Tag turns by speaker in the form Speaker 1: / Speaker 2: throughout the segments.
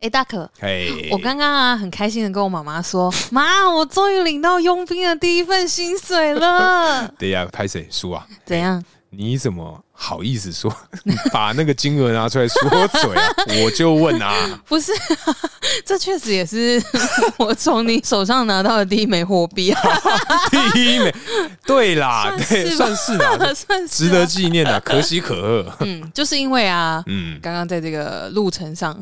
Speaker 1: 哎、大可，
Speaker 2: 嘿，
Speaker 1: 我刚刚啊很开心的跟我妈妈说，妈，我终于领到佣兵的第一份薪水 了。
Speaker 2: 对呀，拍谁叔啊？
Speaker 1: 怎样？
Speaker 2: 你怎么好意思说 你把那个金额拿出来说嘴 啊？我就问啊，
Speaker 1: 不是、 啊，这确实也是 我从你手上拿到的第一枚货币啊，
Speaker 2: 第一枚，对啦，
Speaker 1: 算
Speaker 2: 对，
Speaker 1: 是吧
Speaker 2: 算是啦，
Speaker 1: 算是
Speaker 2: 值
Speaker 1: 啊
Speaker 2: 得纪念 的，可喜可贺。
Speaker 1: 嗯，就是因为啊，
Speaker 2: 嗯，
Speaker 1: 刚刚在这个路程上，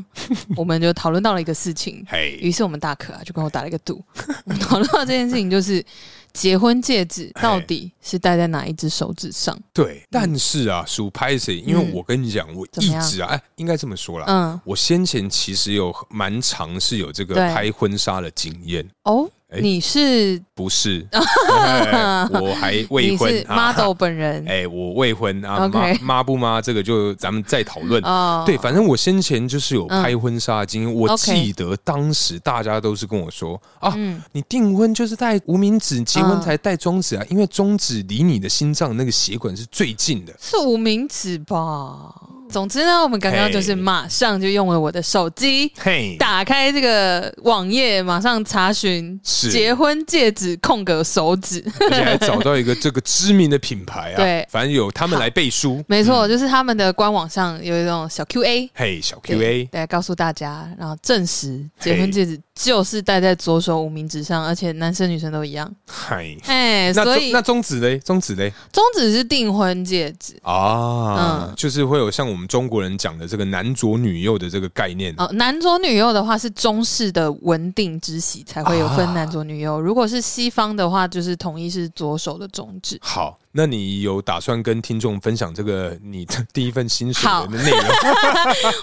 Speaker 1: 我们就讨论到了一个事情，于
Speaker 2: 嘿，
Speaker 1: 是我们大可啊就跟我打了一个赌，我们讨论到这件事情就是结婚戒指到底是戴在哪一只手指上？
Speaker 2: 对，但是啊，叔拍谁？因为我跟你讲，我
Speaker 1: 嗯怎么
Speaker 2: 一
Speaker 1: 样
Speaker 2: 直啊，哎，应该这么说啦。
Speaker 1: 嗯，
Speaker 2: 我先前其实有蛮尝试有这个
Speaker 1: 对
Speaker 2: 拍婚纱的经验，
Speaker 1: 哦，
Speaker 2: 哎
Speaker 1: 你是
Speaker 2: 不是？哎我还未
Speaker 1: 你
Speaker 2: 婚
Speaker 1: 是
Speaker 2: 啊
Speaker 1: model 本人
Speaker 2: 哎、我未婚啊，妈
Speaker 1: OK
Speaker 2: 妈不妈，这个就咱们再讨论。
Speaker 1: 哦，嗯
Speaker 2: 对，反正我先前就是有拍婚纱的经验，我
Speaker 1: OK
Speaker 2: 记得当时大家都是跟我说啊，
Speaker 1: 嗯
Speaker 2: 你订婚就是戴无名指，结婚
Speaker 1: 嗯
Speaker 2: 才戴中指啊，因为中指离你的心脏那个血管是最近的。
Speaker 1: 是无名指吧？总之呢，我们刚刚就是
Speaker 2: 嘿
Speaker 1: 马上就用了我的手机。
Speaker 2: 嘿，
Speaker 1: 打开这个网页，马上查询
Speaker 2: 是
Speaker 1: 结婚戒指空格手指，
Speaker 2: 而且还找到一个这个知名的品牌啊，
Speaker 1: 对
Speaker 2: 反正有他们来背书，
Speaker 1: 没错，就是他们的官网上有一种小 Q&A。
Speaker 2: 嘿，小
Speaker 1: 对
Speaker 2: QA，
Speaker 1: 来告诉大家，然后证实结
Speaker 2: 嘿
Speaker 1: 婚戒指就是戴在左手无名指上，而且男生女生都一样。
Speaker 2: 嗨，
Speaker 1: 哎、
Speaker 2: 那
Speaker 1: 所
Speaker 2: 中
Speaker 1: 以
Speaker 2: 那中指嘞，中指嘞，
Speaker 1: 中指是订婚戒指
Speaker 2: 啊，
Speaker 1: 嗯
Speaker 2: 就是会有像我们中国人讲的这个男左女右的这个概念。
Speaker 1: 哦，男左女右的话是中式的文定之喜才会有分
Speaker 2: 啊
Speaker 1: 男左女右，如果是西方的话，就是统一是左手的中 指。
Speaker 2: 好，那你有打算跟听众分享这个你的第一份薪水
Speaker 1: 好
Speaker 2: 的内 容？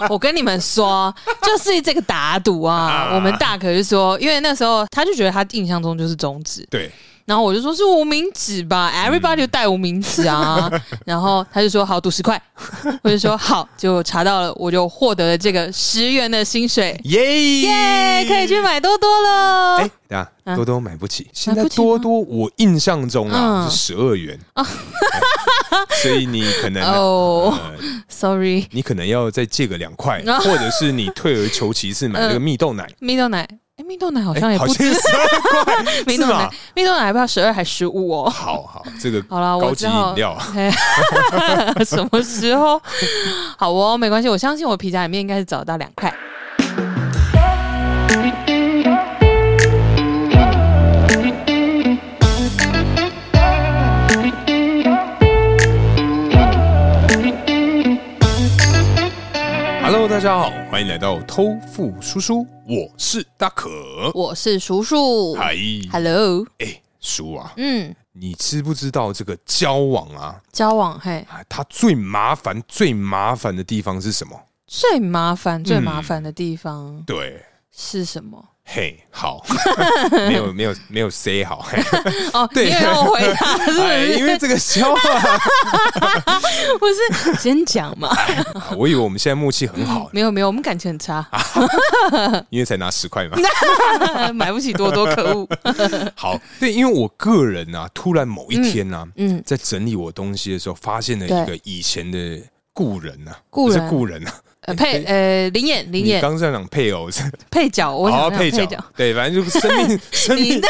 Speaker 1: 我跟你们说，就是这个打赌啊，我们大可就说，因为那时候他就觉得他印象中就是中指，
Speaker 2: 对，
Speaker 1: 然后我就说是无名指吧，everybody
Speaker 2: 嗯
Speaker 1: 就戴无名指 啊。然后他就说好，赌十块，我就说好，结果查到了，我就获得了这个十元的薪水，
Speaker 2: 耶
Speaker 1: 耶、 可以去。买多多了。
Speaker 2: 哎，等一下
Speaker 1: 啊
Speaker 2: 多多买不起，现在
Speaker 1: 买不起吗
Speaker 2: 多多我印象中啊
Speaker 1: 嗯
Speaker 2: 是十二元，哎 所以你可能
Speaker 1: 哦、
Speaker 2: 呃
Speaker 1: s o r r y
Speaker 2: 你可能要再借个两块，
Speaker 1: 啊
Speaker 2: 或者是你退而求其次买那个蜜豆奶，
Speaker 1: 蜜豆奶，哎，蜜豆奶嗯好像
Speaker 2: 哎，
Speaker 1: 也
Speaker 2: 好
Speaker 1: 不
Speaker 2: 像
Speaker 1: 止，
Speaker 2: 是
Speaker 1: 蜜豆
Speaker 2: 是吗
Speaker 1: 奶，蜜豆奶不要十二还十五哦。
Speaker 2: 好好这个
Speaker 1: 好啦，我
Speaker 2: 高级
Speaker 1: 之后
Speaker 2: 饮料，
Speaker 1: 嘿 什么时候？好哦，没关系，我相信我皮夹里面应该是找得到两块。
Speaker 2: Hello，大家好，欢迎来到偷富叔叔，我是大可。
Speaker 1: 我是叔叔
Speaker 2: 嗨，
Speaker 1: ，Hello，
Speaker 2: 哎，叔啊，
Speaker 1: 嗯，
Speaker 2: 你知不知道这个交往啊，
Speaker 1: 交往嘿，
Speaker 2: 啊它最麻烦、最麻烦的地方是什么？
Speaker 1: 最麻烦、最
Speaker 2: 嗯
Speaker 1: 麻烦的地方
Speaker 2: 对，
Speaker 1: 是什么？
Speaker 2: 嘿， 好，没有没有没有 say 好，嘿
Speaker 1: 哦，
Speaker 2: 对
Speaker 1: 你也让我回 答，是不
Speaker 2: 哎因
Speaker 1: 是？
Speaker 2: 为这个交往啊，
Speaker 1: 不是，先讲嘛。
Speaker 2: 我以为我们现在默契 很好，
Speaker 1: 没有没有，我们感情很差，
Speaker 2: 因为才拿十块嘛。
Speaker 1: 买不起多多，可恶。
Speaker 2: 好，对，因为我个人啊，突然某一天啊，
Speaker 1: 嗯，
Speaker 2: 在整理我东西的时候，发现了一个以前的故人啊，
Speaker 1: 故
Speaker 2: 不是
Speaker 1: 人
Speaker 2: 故人啊，
Speaker 1: 呃配呃林演林
Speaker 2: 你
Speaker 1: 演
Speaker 2: 刚在讲配偶是
Speaker 1: 配角，我想
Speaker 2: 好
Speaker 1: 想
Speaker 2: 配角，对，反正就是生 命生
Speaker 1: 你
Speaker 2: 命
Speaker 1: 那、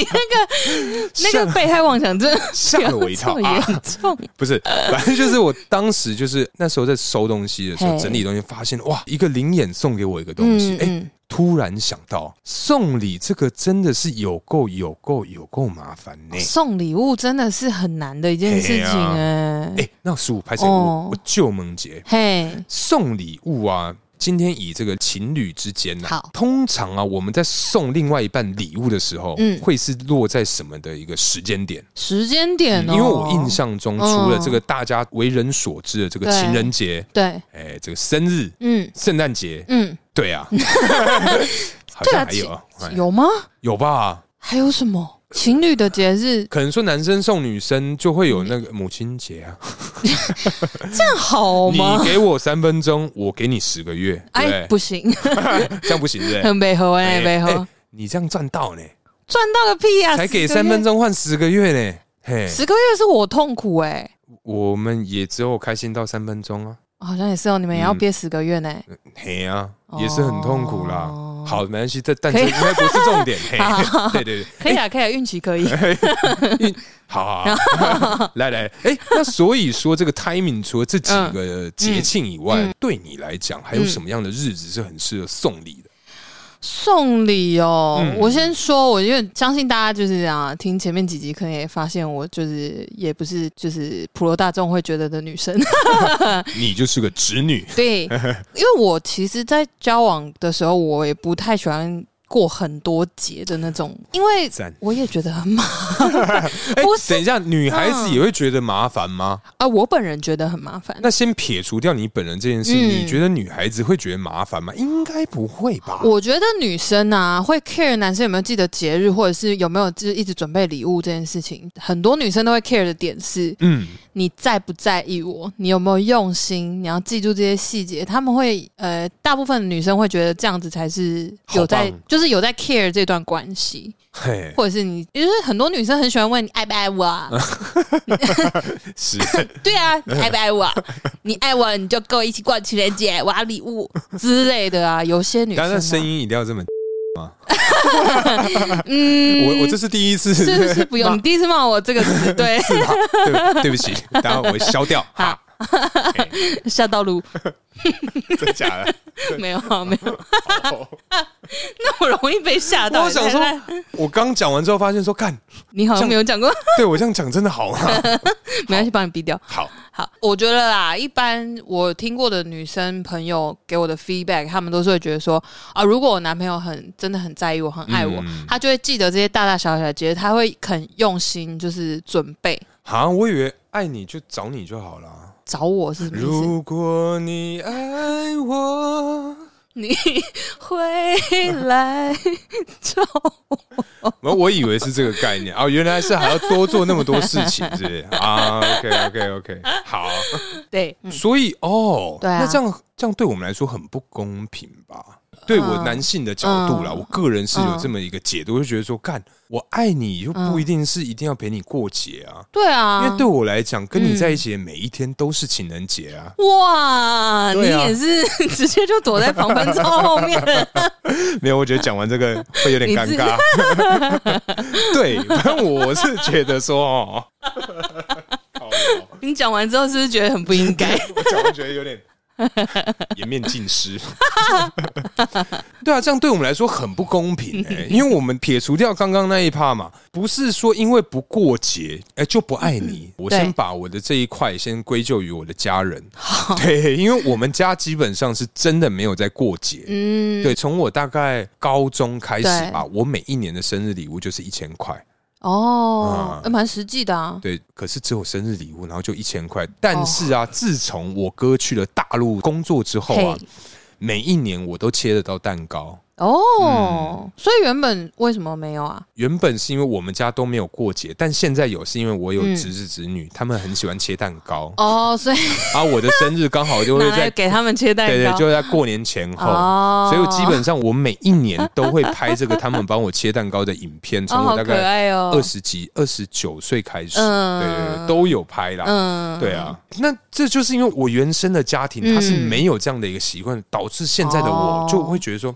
Speaker 1: 你 那个、那个被害妄想症
Speaker 2: 吓了我一跳
Speaker 1: 这么
Speaker 2: 啊！
Speaker 1: 严 重，
Speaker 2: 不是，
Speaker 1: 呃
Speaker 2: 反正就是我当时就是那时候在收东西的时候，
Speaker 1: 嘿
Speaker 2: 整理东西，发现哇，一个灵眼送给我一个东西，哎、
Speaker 1: 嗯
Speaker 2: 突然想到送礼这个真的是有够有够有够麻烦呢、
Speaker 1: 送礼物真的是很难的一件事情
Speaker 2: 嘿
Speaker 1: 哎、
Speaker 2: 哎、那十五拍谁？
Speaker 1: 哦
Speaker 2: 我我舅梦姐
Speaker 1: 嘿，
Speaker 2: 送礼物啊。今天以这个情侣之间呢、
Speaker 1: 好
Speaker 2: 通常啊，我们在送另外一半礼物的时候，
Speaker 1: 嗯
Speaker 2: 会是落在什么的一个时间点？
Speaker 1: 时间点哦、
Speaker 2: 因为我印象中，
Speaker 1: 嗯
Speaker 2: 除了这个大家为人所知的这个
Speaker 1: 对
Speaker 2: 情人节，
Speaker 1: 对，
Speaker 2: 哎，这个生日、
Speaker 1: 嗯
Speaker 2: 圣诞节，
Speaker 1: 嗯，
Speaker 2: 对啊，
Speaker 1: 对啊
Speaker 2: 好像还有啊哎
Speaker 1: 有吗？
Speaker 2: 有吧？
Speaker 1: 还有什么情侣的节日？
Speaker 2: 可能说男生送女生就会有那个母亲节啊，
Speaker 1: 这样嗯好
Speaker 2: 你
Speaker 1: 吗？
Speaker 2: 给我三分钟，我给你十个月，对
Speaker 1: 哎，
Speaker 2: 不对？
Speaker 1: 不行，
Speaker 2: 这样不行， 对不对？
Speaker 1: 很背后哎，
Speaker 2: 哎
Speaker 1: 背后
Speaker 2: 哎你这样赚到呢，
Speaker 1: 赚到个屁呀！
Speaker 2: 才给
Speaker 1: 10个啊
Speaker 2: 三分
Speaker 1: 月，
Speaker 2: 钟换十个月呢，嘿，
Speaker 1: 十个月是我痛苦哎，
Speaker 2: 我们也只有开心到三分钟啊，嗯
Speaker 1: 好像也是哦，你们也要憋十个月呢。
Speaker 2: 嘿啊，也是很痛苦啦。
Speaker 1: 哦
Speaker 2: 好，没关系，这但
Speaker 1: 可
Speaker 2: 这
Speaker 1: 以
Speaker 2: 应该不是重点。嘿
Speaker 1: 好，
Speaker 2: 对对对，
Speaker 1: 可以啊，可以啊，运气可以。
Speaker 2: 好 好好，来来，哎、那所以说这个 timing 除了这几
Speaker 1: 嗯
Speaker 2: 个节庆以外，对你来讲还有什么样的日子是很适合送礼的？
Speaker 1: 送礼哦，
Speaker 2: 嗯
Speaker 1: 我先说，我因为相信大家就是啊，听前面几集可能也发现我就是也不是就是普罗大众会觉得的女生，嗯
Speaker 2: 你就是个直女，
Speaker 1: 对，因为我其实，在交往的时候，我也不太喜欢过很多节的那种，因为
Speaker 2: 赞。
Speaker 1: 我也觉得很麻
Speaker 2: 哎、
Speaker 1: 不是
Speaker 2: 等一下，女孩子也会觉得麻烦吗？
Speaker 1: 啊，我本人觉得很麻烦。
Speaker 2: 那先撇除掉你本人这件事，
Speaker 1: 嗯
Speaker 2: 你觉得女孩子会觉得麻烦吗？应该不会吧？
Speaker 1: 我觉得女生啊，会 care 男生有没有记得节日，或者是有没有就是一直准备礼物这件事情。很多女生都会 care 的点是，
Speaker 2: 嗯，
Speaker 1: 你在不在意我，你有没有用心，你要记住这些细节。他们会呃，大部分女生会觉得这样子才是有
Speaker 2: 好
Speaker 1: 在
Speaker 2: 棒，
Speaker 1: 就是有在 care 这段关系，
Speaker 2: 嘿，
Speaker 1: 或者是你，就是很多女生很喜欢问你爱不爱我啊？
Speaker 2: 是
Speaker 1: 对 啊，你爱不爱我啊？你爱我，你就跟我一起逛情人节，我要礼物之类的啊。有些女生、
Speaker 2: 刚
Speaker 1: 啊
Speaker 2: 刚，声音一定要这么吗？
Speaker 1: 嗯，
Speaker 2: 我我这是第一次，
Speaker 1: 是不 是不用？你第一次骂我这个词，对，
Speaker 2: 是吧？对，对 不起，然后我消掉。
Speaker 1: 好
Speaker 2: 哈，
Speaker 1: 下道 路
Speaker 2: 真假 的？
Speaker 1: 没有啊，没有，那我容易被吓 到。
Speaker 2: 我想说
Speaker 1: 来来
Speaker 2: 我刚讲完之后发现说，干，
Speaker 1: 你好像没有讲过，
Speaker 2: 对我这样讲真的好吗？
Speaker 1: 没关系，帮你逼掉。
Speaker 2: 好，
Speaker 1: 好，我觉得啦，一般我听过的女生朋友给我的 feedback，他们都是会觉得说啊，如果我男朋友很真的很在意我，很爱我，
Speaker 2: 嗯
Speaker 1: 他就会记得这些大大小小的节日，他会肯用心，就是准备
Speaker 2: 啊，我以为爱你就找你就好了。
Speaker 1: 找我是什么意思？
Speaker 2: 如果你爱我，
Speaker 1: 你会 来找我？
Speaker 2: 我我以为是这个概念哦，原来是还要多做那么多事情，是不是啊？OK OK OK，好，
Speaker 1: 对，嗯
Speaker 2: 所以哦，
Speaker 1: 对啊
Speaker 2: 那这样这样对我们来说很不公平吧？对我
Speaker 1: 嗯
Speaker 2: 男性的角度啦，
Speaker 1: 嗯
Speaker 2: 我个人是有
Speaker 1: 嗯
Speaker 2: 这么一个解读，就觉得说，干，我爱你又不一定是一定要陪你过节啊，
Speaker 1: 对啊，
Speaker 2: 因为对我来讲，跟你
Speaker 1: 嗯
Speaker 2: 在一起的每一天都是情人节啊。
Speaker 1: 哇，你
Speaker 2: 对啊
Speaker 1: 也是 直接就躲在防喷罩后 面，
Speaker 2: 没有，我觉得讲完这个会有点尴尬。
Speaker 1: 嗯
Speaker 2: 对，反正我是觉得说，哦，好了
Speaker 1: 你讲完之后是不是觉得很不应该？
Speaker 2: 我讲完觉得有点颜面尽失。对啊，这样对我们来说很不公平 哎、因为我们撇除掉刚刚那一趴嘛，不是说因为不过节哎、就不爱你。我
Speaker 1: 对
Speaker 2: 先把我的这一块先归咎于我的家人，对，因为我们家基本上是真的没有在过节。
Speaker 1: 嗯，
Speaker 2: 对，从我大概高中开始
Speaker 1: 对
Speaker 2: 吧，我每一年的生日礼物就是一千块。
Speaker 1: 哦
Speaker 2: 啊，
Speaker 1: 呃蛮实际的啊。
Speaker 2: 对，可是只有生日礼物，然后就一千块。但是啊，自从我哥去了大陆工作之后啊
Speaker 1: 哦嘿，
Speaker 2: 每一年我都切得到蛋糕。
Speaker 1: 哦，所以原本为什么没有啊？
Speaker 2: 原本是因为我们家都没有过节，但现在有，是因为我有
Speaker 1: 嗯，
Speaker 2: 侄子侄女，他们很喜欢切蛋糕
Speaker 1: 哦，所以
Speaker 2: 啊，我的生日刚好就会
Speaker 1: 拿来
Speaker 2: 在，
Speaker 1: 给他们切蛋糕，
Speaker 2: 对对，就在过年前后，
Speaker 1: 哦
Speaker 2: 所以基本上我每一年都会拍这个他们帮我切蛋糕的影片，从
Speaker 1: 哦，
Speaker 2: 我
Speaker 1: 好
Speaker 2: 大
Speaker 1: 可
Speaker 2: 概
Speaker 1: 爱哦，
Speaker 2: 二十几、二十九岁开始，
Speaker 1: 嗯
Speaker 2: 对对对，都有拍啦。
Speaker 1: 嗯
Speaker 2: 对，啊，那这就是因为我原生的家庭，
Speaker 1: 嗯
Speaker 2: 他是没有这样的一个习惯，导致现在的我
Speaker 1: 哦
Speaker 2: 就会觉得说，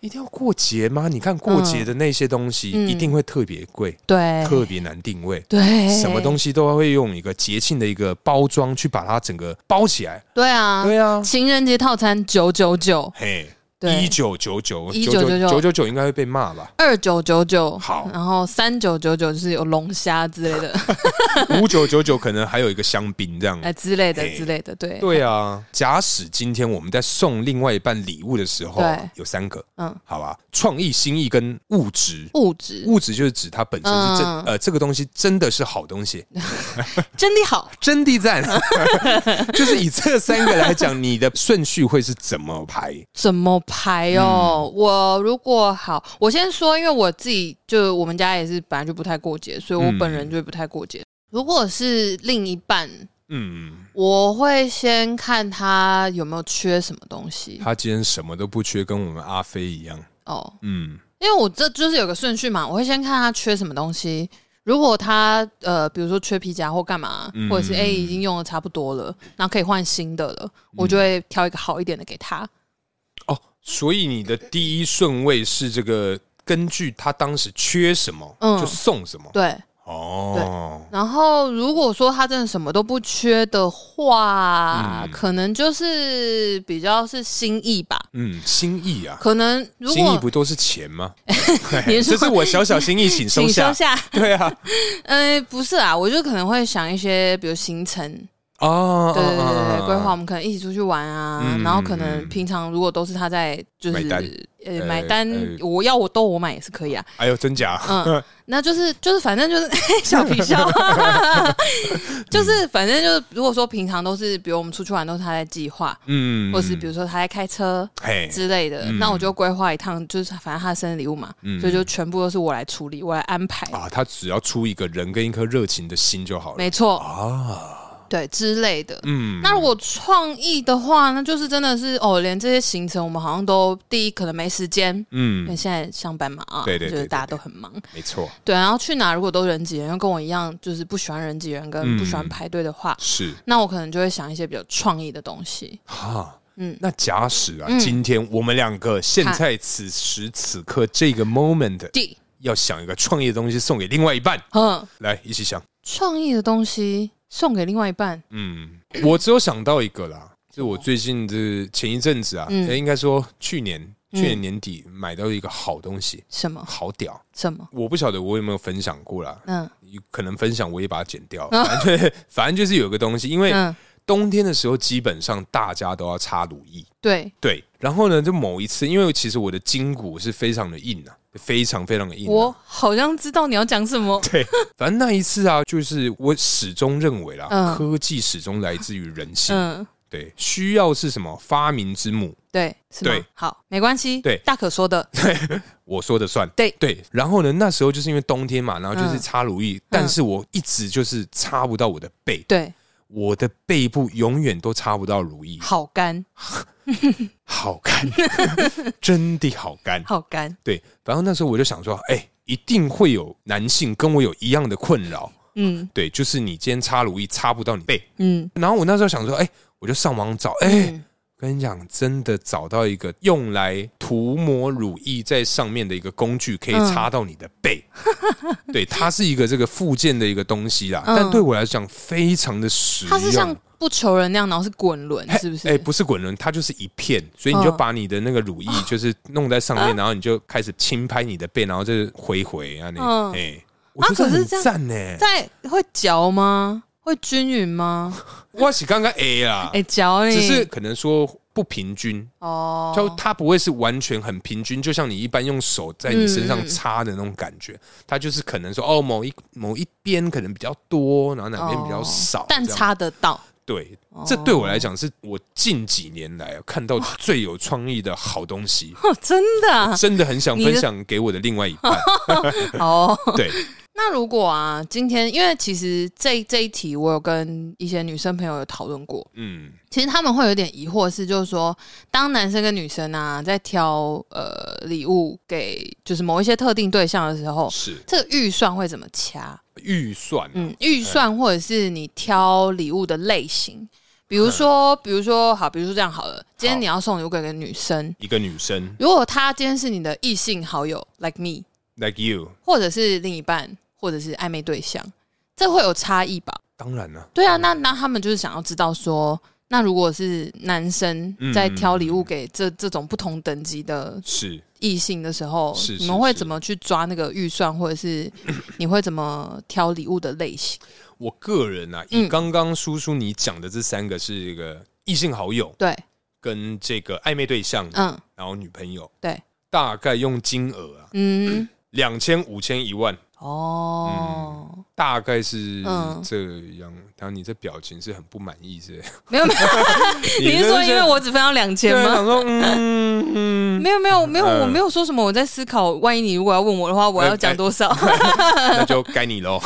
Speaker 2: 一定要过节吗？你看过节的那些东西，
Speaker 1: 嗯哎
Speaker 2: 一定会特别贵，
Speaker 1: 对，
Speaker 2: 特别难定位，
Speaker 1: 对
Speaker 2: 什么东西都会用一个节庆的一个包装去把它整个包起来。
Speaker 1: 对啊，
Speaker 2: 对啊，
Speaker 1: 情人节套餐九九九，
Speaker 2: 嘿，
Speaker 1: 对
Speaker 2: 一九九九
Speaker 1: 1999？
Speaker 2: 九九九应该会被骂吧
Speaker 1: 二九九九，
Speaker 2: 好
Speaker 1: 然后三九九九就是有龙虾之类的，
Speaker 2: 五九九九可能还有一个香槟这样。
Speaker 1: 哎之类的
Speaker 2: 嘿
Speaker 1: 之类的，对，
Speaker 2: 对啊，假使今天我们在送另外一半礼物的时候啊
Speaker 1: 对，
Speaker 2: 有三个，
Speaker 1: 嗯，
Speaker 2: 好吧，创意、心意跟物质。
Speaker 1: 物质
Speaker 2: 物质就是指它本身是真、
Speaker 1: 嗯
Speaker 2: 呃，这个东西真的是好东西，
Speaker 1: 真的好，
Speaker 2: 真的赞。 就是以这三个来讲，你的顺序会是怎么排？
Speaker 1: 怎么排哦？
Speaker 2: 嗯
Speaker 1: 我如果好，我先说，因为我自己就我们家也是本来就不太过节，所以我
Speaker 2: 嗯
Speaker 1: 本人就不太过节。如果是另一半，
Speaker 2: 嗯，
Speaker 1: 我会先看他有没有缺什么东西
Speaker 2: 他今天什么都不缺，跟我们阿飞一样。
Speaker 1: 哦，
Speaker 2: 嗯，
Speaker 1: 因为我这就是有个顺序嘛，我会先看他缺什么东西。如果他呃，比如说缺皮夹或干嘛，
Speaker 2: 嗯
Speaker 1: 或者是哎、已经用的差不多了，然后可以换新的了，我就会挑一个好一点的给他。
Speaker 2: 哦，所以你的第一顺位是这个，根据他当时缺什么，
Speaker 1: 嗯
Speaker 2: 就送什么。
Speaker 1: 对，
Speaker 2: 哦，
Speaker 1: 然后如果说他真的什么都不缺的话，
Speaker 2: 嗯
Speaker 1: 可能就是比较是心意吧。
Speaker 2: 嗯，心意啊，
Speaker 1: 可能如
Speaker 2: 心意
Speaker 1: 果
Speaker 2: 不都是 钱吗？
Speaker 1: 你
Speaker 2: 这
Speaker 1: 说
Speaker 2: 是我小小心意，请收
Speaker 1: 请收
Speaker 2: 下。
Speaker 1: 下，
Speaker 2: 对啊，
Speaker 1: 呃，不是啊，我就可能会想一些，比如行程，
Speaker 2: 哦，
Speaker 1: 对对对对
Speaker 2: 哦
Speaker 1: 对，规划我，们可能一起出去玩啊，
Speaker 2: 嗯
Speaker 1: 然后
Speaker 2: 嗯
Speaker 1: 可能
Speaker 2: 嗯
Speaker 1: 平常如果都是他在就
Speaker 2: 买单
Speaker 1: 是呃
Speaker 2: 呃
Speaker 1: 买单
Speaker 2: 呃，
Speaker 1: 我要我都我买也是可以啊，
Speaker 2: 哎呦，真假？
Speaker 1: 嗯，那就是就是反正就是 小皮笑， 就是反正就是如果说平常都是比如我们出去玩都是他在计划，
Speaker 2: 嗯，
Speaker 1: 或是比如说他在开车
Speaker 2: 嘿，
Speaker 1: 之类的，
Speaker 2: 嗯
Speaker 1: 那我就规划一趟，就是反正他的生日礼物嘛，
Speaker 2: 嗯
Speaker 1: 所以就全部都是我来处理，我来安排，
Speaker 2: 啊，他只要出一个人跟一颗热情的心就好了
Speaker 1: 没错，
Speaker 2: 啊。
Speaker 1: 对之类的。
Speaker 2: 嗯，
Speaker 1: 那如果创意的话，那就是真的是哦，连这些行程我们好像都第一可能没时间，因为
Speaker 2: 嗯，
Speaker 1: 现在上班嘛啊，
Speaker 2: 对对对
Speaker 1: 就是大家
Speaker 2: 对对
Speaker 1: 都很忙，
Speaker 2: 没错，
Speaker 1: 对。然后去哪如果都人挤人，又跟我一样就是不喜欢人挤人跟
Speaker 2: 嗯
Speaker 1: 不喜欢排队的话，
Speaker 2: 是
Speaker 1: 那我可能就会想一些比较创意的东西。
Speaker 2: 哈。
Speaker 1: 嗯
Speaker 2: 那假使啊，
Speaker 1: 嗯
Speaker 2: 今天我们两个现在此时此刻这个 moment
Speaker 1: 第
Speaker 2: 要想一个创业的东西送给另外一半，
Speaker 1: 嗯，
Speaker 2: 来一起想。
Speaker 1: 创意的东西送给另外一半，
Speaker 2: 嗯，我只有想到一个啦，是我最近这前一阵子啊，
Speaker 1: 嗯
Speaker 2: 诶应该说去年
Speaker 1: 嗯
Speaker 2: 去年年底买到一个好东西，
Speaker 1: 什么
Speaker 2: 好屌。
Speaker 1: 什么，
Speaker 2: 我不晓得我有没有分享过啦，
Speaker 1: 嗯
Speaker 2: 可能分享我也把它剪掉。
Speaker 1: 啊
Speaker 2: 反正 就是反正就是有个东西，因为
Speaker 1: 嗯，
Speaker 2: 冬天的时候基本上大家都要擦乳液。
Speaker 1: 对，
Speaker 2: 对，然后呢，就某一次，因为其实我的筋骨是非常的硬啊，非常非常的硬、啊。
Speaker 1: 我好像知道你要讲什么，
Speaker 2: 对，反正那一次啊，就是我始终认为啦，
Speaker 1: 嗯
Speaker 2: 科技始终来自于人性。
Speaker 1: 嗯。
Speaker 2: 对，需要是什么？发明之母，
Speaker 1: 对，是吗
Speaker 2: 对？
Speaker 1: 好，没关系。
Speaker 2: 对
Speaker 1: 大可说的，
Speaker 2: 我说的算。
Speaker 1: 对
Speaker 2: 对，然后呢，那时候就是因为冬天嘛，然后就是
Speaker 1: 嗯
Speaker 2: 擦乳液，但是我一直就是擦不到我的背，
Speaker 1: 对，
Speaker 2: 我的背部永远都擦不到乳液，
Speaker 1: 好干，
Speaker 2: 好干， 真的好干。
Speaker 1: 好干，
Speaker 2: 对，然后那时候我就想说，哎、一定会有男性跟我有一样的困扰，
Speaker 1: 嗯
Speaker 2: 对，就是你今天擦乳液擦不到你背。
Speaker 1: 嗯
Speaker 2: 然后我那时候想说，哎、我就上网找，哎、
Speaker 1: 嗯
Speaker 2: 跟你讲，真的找到一个用来涂抹乳液在上面的一个工具，可以擦到你的背。 对，它是一个这个附件的一个东西啦，
Speaker 1: 嗯
Speaker 2: 但对我来讲非常的实用。
Speaker 1: 它是像不求人那样，然后是滚轮，
Speaker 2: 嘿
Speaker 1: 是不是？嗯
Speaker 2: 哎、不是滚轮，它就是一片，所以你就把你的那 个乳液就是弄在上面，然后你就开始轻拍你的背，然后就是回回啊，那哎、
Speaker 1: 嗯
Speaker 2: 我觉得
Speaker 1: 啊可是
Speaker 2: 很
Speaker 1: 这样
Speaker 2: 赞呢、
Speaker 1: 在会嚼吗？会均匀吗？
Speaker 2: 我是刚刚 A 啦，
Speaker 1: 哎，嚼你
Speaker 2: 啊只是可能说不平均，就
Speaker 1: 哦，
Speaker 2: 它不会是完全很平均，就像你一般用手在你身上擦的那种感觉，它就是可能说哦某一某一边可能比较多，然后哪边比较少，
Speaker 1: 哦但
Speaker 2: 这样
Speaker 1: 擦得到。
Speaker 2: 对，这对我来讲是我近几年来看到最有创意的好东西。
Speaker 1: 哦，真的啊
Speaker 2: 真的很想
Speaker 1: 你的
Speaker 2: 分享给我的另外一半。
Speaker 1: 哦。
Speaker 2: 对，
Speaker 1: 那如果啊，今天因为其实这这一题我有跟一些女生朋友有讨论过，
Speaker 2: 嗯
Speaker 1: 其实他们会有点疑惑，是就是说，当男生跟女生啊在挑呃礼物给就是某一些特定对象的时候，
Speaker 2: 是
Speaker 1: 这个预算会怎么掐？
Speaker 2: 预算，
Speaker 1: 嗯，预算或者是你挑礼物的类型，比如说，比如说好，比如说这样好了，今天你要送礼物给个女生，
Speaker 2: 一个女生
Speaker 1: 如果她今天是你的异性好友，like me，
Speaker 2: like you，
Speaker 1: 或者是另一半，或者是暧昧对象，这会有差异吧？
Speaker 2: 当然了，
Speaker 1: 对啊，那那他们就是想要知道说，那如果是男生
Speaker 2: 嗯
Speaker 1: 在挑礼物给这这种不同等级的
Speaker 2: 是
Speaker 1: 异性的时候，
Speaker 2: 是是
Speaker 1: 你们会
Speaker 2: 是
Speaker 1: 怎么去抓那个预算，或者 是你会怎么挑礼物的类型？
Speaker 2: 我个人啊，
Speaker 1: 嗯
Speaker 2: 以刚刚叔叔你讲的这三个是一个异性好友
Speaker 1: 对，
Speaker 2: 跟这个暧昧对象，
Speaker 1: 嗯
Speaker 2: 然后女朋友，
Speaker 1: 对，
Speaker 2: 大概用金额啊，
Speaker 1: 嗯，
Speaker 2: 两千、五千、一万。
Speaker 1: 哦，
Speaker 2: 大概是
Speaker 1: 嗯
Speaker 2: 这样，然后你这表情是很不满意，是不是？
Speaker 1: 没有没有， 你是说因为我只分到两千
Speaker 2: 对，
Speaker 1: 吗？
Speaker 2: 想说嗯 嗯，
Speaker 1: 没有没有没有，
Speaker 2: 嗯哎
Speaker 1: 我没有说什么。我在思考，万一你如果要问我的话，我要讲多 少？
Speaker 2: 那就该你喽。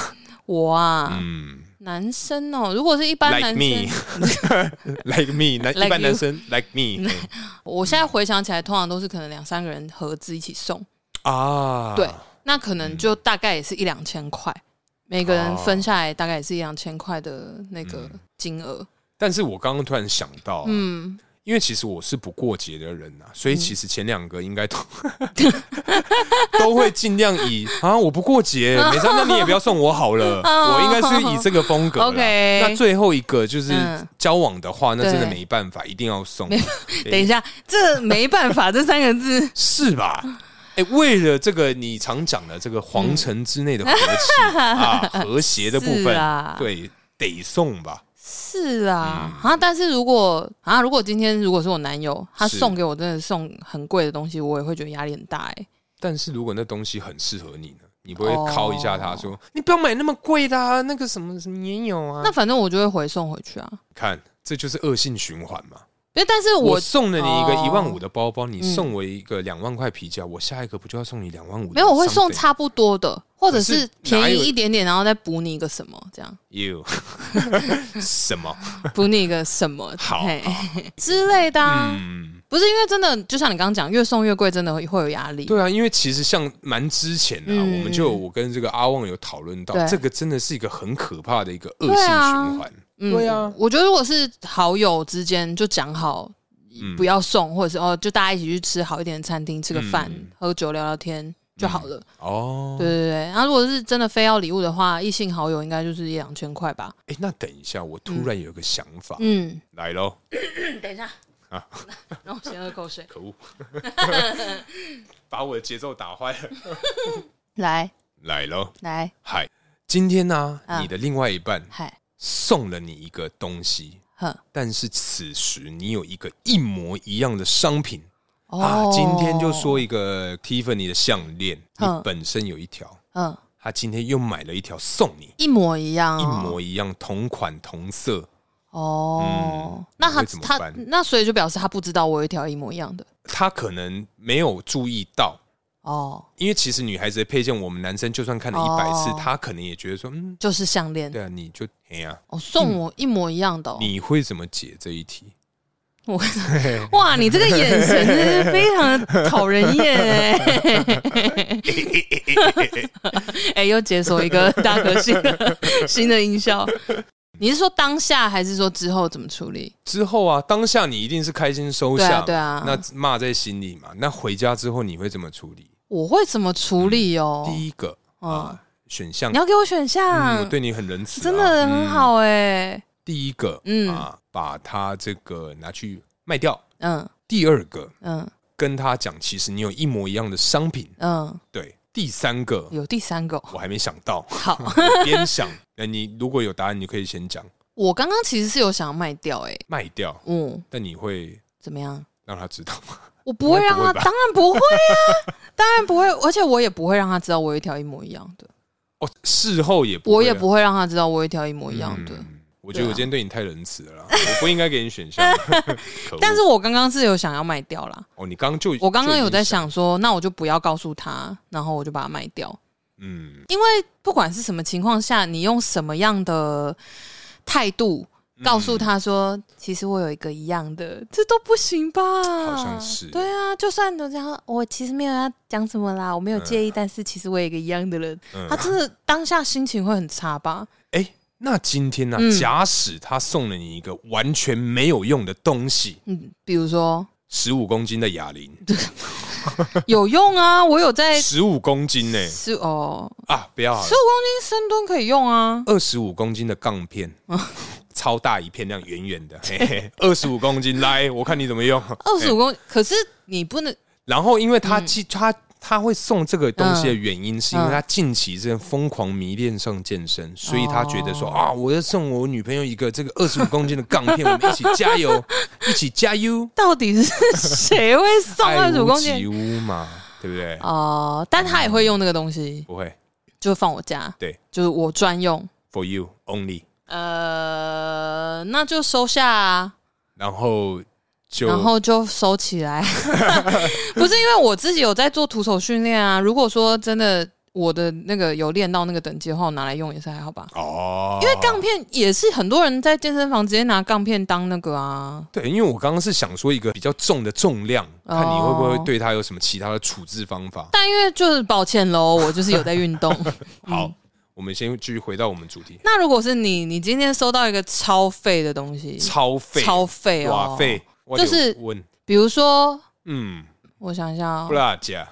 Speaker 1: 我啊，
Speaker 2: 嗯
Speaker 1: 男生哦，如果是一般
Speaker 2: ，like
Speaker 1: 男
Speaker 2: me
Speaker 1: 生，
Speaker 2: like me，男
Speaker 1: Like
Speaker 2: 一般
Speaker 1: you
Speaker 2: 男生 like me 嗯
Speaker 1: 我现在回想起来，通常都是可能两三个人合资一起送，
Speaker 2: 啊，
Speaker 1: 对，那可能
Speaker 2: 嗯
Speaker 1: 就大概也是一两千块，每个
Speaker 2: 哦
Speaker 1: 人分下来大
Speaker 2: 嗯
Speaker 1: 概也是一两千块的那个金额。
Speaker 2: 哦但是我刚刚突然想到，啊
Speaker 1: 嗯
Speaker 2: 因为其实我是不过节的人呐、啊所以其实前两个应该都、都会尽量以啊我不过节，没事，那你也不要送我 好了，我应该是以这个风格啦。
Speaker 1: 哦 OK
Speaker 2: 那最后一个就是
Speaker 1: 嗯
Speaker 2: 交往的话，那真的
Speaker 1: 对
Speaker 2: 没办法，一定要送，对
Speaker 1: 等一下，这没办法，这三个字
Speaker 2: 是吧？哎、为了这个你常讲的这个皇城之内的和气、 啊，和谐的部
Speaker 1: 嗯 是
Speaker 2: 分，
Speaker 1: 啊
Speaker 2: 对，得送吧。
Speaker 1: 是啊、
Speaker 2: 嗯
Speaker 1: 啊！但是如果啊，如果今天如果是我男友，他
Speaker 2: 是
Speaker 1: 送给我真的送很贵的东西，我也会觉得压力很大哎、
Speaker 2: 但是如果那东西很适合你呢，你不会
Speaker 1: 哦
Speaker 2: 敲一下他说：“你不要买那么贵的、啊，那个什么什么也有啊。
Speaker 1: 那反正我就会回送回去啊。”
Speaker 2: 看，这就是恶性循环嘛。
Speaker 1: 因为但是
Speaker 2: 我
Speaker 1: 我
Speaker 2: 送了你一个
Speaker 1: 哦嗯
Speaker 2: 一万五的包包，你送我一个两万块皮夹，我下一个不就要送你两万五？
Speaker 1: 没有，我会送。差不多的，或者是
Speaker 2: 可是哪
Speaker 1: 便宜
Speaker 2: 有
Speaker 1: 一点点，然后再补你一个什么，这样
Speaker 2: You 什么？
Speaker 1: 补你一个什么，
Speaker 2: 好
Speaker 1: 嘿 之类的啊。
Speaker 2: 嗯，
Speaker 1: 不是因为真的，就像你刚刚讲，越送越贵，真的会会有压力。
Speaker 2: 对啊，因为其实像蛮之前啊，
Speaker 1: 嗯
Speaker 2: 我们就有我跟这个阿旺有讨论到，
Speaker 1: 对
Speaker 2: 这个真的是一个很可怕的一个恶性
Speaker 1: 对啊
Speaker 2: 循环。
Speaker 1: 嗯
Speaker 2: 对啊
Speaker 1: 我觉得如果是好友之间就讲好
Speaker 2: 嗯，
Speaker 1: 不要送，或者是哦，就大家一起去吃好一点的餐厅，吃个饭，
Speaker 2: 嗯
Speaker 1: 喝酒聊聊天就好了。
Speaker 2: 哦，
Speaker 1: 对对对，然后如果是真的非要礼物的话，异性好友应该就是一两千块吧。
Speaker 2: 哎，那等一下，我突然有个想法，
Speaker 1: 嗯，
Speaker 2: 来喽。
Speaker 1: 等一下
Speaker 2: 啊，
Speaker 1: 让我先喝口水。
Speaker 2: 可恶，把我的节奏打坏了。
Speaker 1: 来
Speaker 2: 来喽，
Speaker 1: 来，
Speaker 2: 嗨，今天呢、
Speaker 1: 啊
Speaker 2: 你的另外一半
Speaker 1: 嗨，
Speaker 2: 送了你一个东西，
Speaker 1: 哼，
Speaker 2: 但是此时你有一个一模一样的商品、
Speaker 1: 哦
Speaker 2: 啊。今天就说，一个 Tiffany 的项链，你
Speaker 1: 嗯
Speaker 2: 本身有一条，
Speaker 1: 嗯，
Speaker 2: 他今天又买了一条送你，
Speaker 1: 一模一样、哦，
Speaker 2: 一模一样，同款同色。
Speaker 1: 哦。
Speaker 2: 嗯
Speaker 1: 那他
Speaker 2: 会怎么
Speaker 1: 他
Speaker 2: 办
Speaker 1: 那所以就表示他不知道我有一条一模一样的
Speaker 2: 他可能没有注意到。
Speaker 1: 哦，
Speaker 2: 因为其实女孩子的配件，我们男生就算看了一百次
Speaker 1: 哦，
Speaker 2: 他可能也觉得说，嗯，
Speaker 1: 就是项链
Speaker 2: 对啊，你就哎呀、
Speaker 1: 哦，送我一模一样的、哦。
Speaker 2: 你会怎么解这一题？
Speaker 1: 我哇，你这个眼神真是非常的讨人厌 哎、哎、又解锁一个大可新的新的音效。你是说当下还是说之后怎么处理？
Speaker 2: 之后啊，当下你一定是开心收
Speaker 1: 对
Speaker 2: 下
Speaker 1: 啊
Speaker 2: 嘛，
Speaker 1: 对啊
Speaker 2: 那骂在心里嘛。那回家之后你会怎么处理？
Speaker 1: 我会怎么处理哦？
Speaker 2: 嗯第一个啊，选项
Speaker 1: 你，要给我选
Speaker 2: 嗯
Speaker 1: 项，
Speaker 2: 我对你很仁慈啊，
Speaker 1: 真的很
Speaker 2: 嗯。
Speaker 1: 好哎、
Speaker 2: 第一个，
Speaker 1: 嗯
Speaker 2: 啊，把他这个拿去卖掉。
Speaker 1: 嗯
Speaker 2: 第二个，
Speaker 1: 嗯
Speaker 2: 跟他讲，其实你有一模一样的商品。
Speaker 1: 嗯，
Speaker 2: 对，第三个
Speaker 1: 有第三个哦。
Speaker 2: 我还没想到，
Speaker 1: 好，
Speaker 2: 我边想，那你如果有答案，你可以先讲
Speaker 1: 我刚刚其实是有想要卖掉哎、
Speaker 2: 卖掉，
Speaker 1: 嗯，
Speaker 2: 但你会
Speaker 1: 怎么样？
Speaker 2: 让他知道吗？
Speaker 1: 我不会让
Speaker 2: 不会
Speaker 1: 他，
Speaker 2: 吧
Speaker 1: 当然不会 啊，当然不会，而且我也不会让他知道我有一条一模一样的，
Speaker 2: 哦，事后也不
Speaker 1: 我
Speaker 2: 会
Speaker 1: 也
Speaker 2: 让
Speaker 1: 不会让他知道我有一条一模一样的。
Speaker 2: 嗯我觉得
Speaker 1: 对啊
Speaker 2: 我今天对你太仁慈了啦，我不应该给你选项。 可恶
Speaker 1: 但是我刚刚是有想要卖掉啦，
Speaker 2: 哦，你刚刚就
Speaker 1: 我刚刚有在，
Speaker 2: 就已
Speaker 1: 想说，那我就不要告诉他，然后我就把它卖掉，
Speaker 2: 经嗯，
Speaker 1: 因为不管是什么情况下，你用什么样的态度
Speaker 2: 嗯
Speaker 1: 告诉他说，其实我有一个一样的，这都不行吧？好
Speaker 2: 像是
Speaker 1: 对啊，就算都这样，我其实没有要讲什么啦，我没有介意，但是其实我有一个一样的人，
Speaker 2: 嗯
Speaker 1: 他真的当下心情会很差吧？
Speaker 2: 哎、那今天呢、
Speaker 1: 嗯
Speaker 2: 假使他送了你一个完全没有用的东西，
Speaker 1: 嗯，比如 说
Speaker 2: 十五公斤的哑铃，
Speaker 1: 有用啊，我有在
Speaker 2: 十五公斤呢、
Speaker 1: 是哦，
Speaker 2: 啊，不要好
Speaker 1: 十
Speaker 2: 了
Speaker 1: 五，公斤深蹲可以用啊，
Speaker 2: 二十五公斤的杠片。
Speaker 1: 哦
Speaker 2: 超大一片，那样圆圆的，二十五公斤，来，我看你怎么用。
Speaker 1: 二十
Speaker 2: 嘿
Speaker 1: 五公，可是你不能
Speaker 2: 然后，因为他既、他他会送这个东西的原因，是因为
Speaker 1: 嗯哦
Speaker 2: 他近期真的疯狂迷恋上健身，所以他觉得说、啊，我要送我女朋友一个这个二十五公斤的杠片，我们一起 加油，一起加油，
Speaker 1: 到底是谁会送
Speaker 2: 爱
Speaker 1: 二十五
Speaker 2: 屋
Speaker 1: 公
Speaker 2: 及
Speaker 1: 斤？
Speaker 2: 乌嘛，对不对？
Speaker 1: 哦、但他也会用那个东西，
Speaker 2: 不会
Speaker 1: 就放我家，
Speaker 2: 对，
Speaker 1: 就是我专用。
Speaker 2: ，for you only，
Speaker 1: 呃，那就收下、啊，
Speaker 2: 然后就
Speaker 1: 然后就收起来。 不是因为我自己有在做徒手训练啊，如果说真的我的那个有练到那个等级的话，我拿来用也是还好吧。
Speaker 2: 哦，
Speaker 1: 因为杠片也是很多人在健身房直接拿杠片当那个啊，
Speaker 2: 对，因为我刚刚是想说一个比较重的重量，
Speaker 1: 哦
Speaker 2: 看你会不会对他有什么其他的处置方法。
Speaker 1: 但因为就是抱歉喽，我就是有在运动。嗯
Speaker 2: 好，我们先继续回到我们主题，
Speaker 1: 那如果是你，你今天收到一个超废的东西，
Speaker 2: 超费
Speaker 1: 超废哦，
Speaker 2: 哇费，我就
Speaker 1: 就是
Speaker 2: 问，
Speaker 1: 比如说，
Speaker 2: 嗯，
Speaker 1: 我想一下、
Speaker 2: 不
Speaker 1: 哦，
Speaker 2: 辣家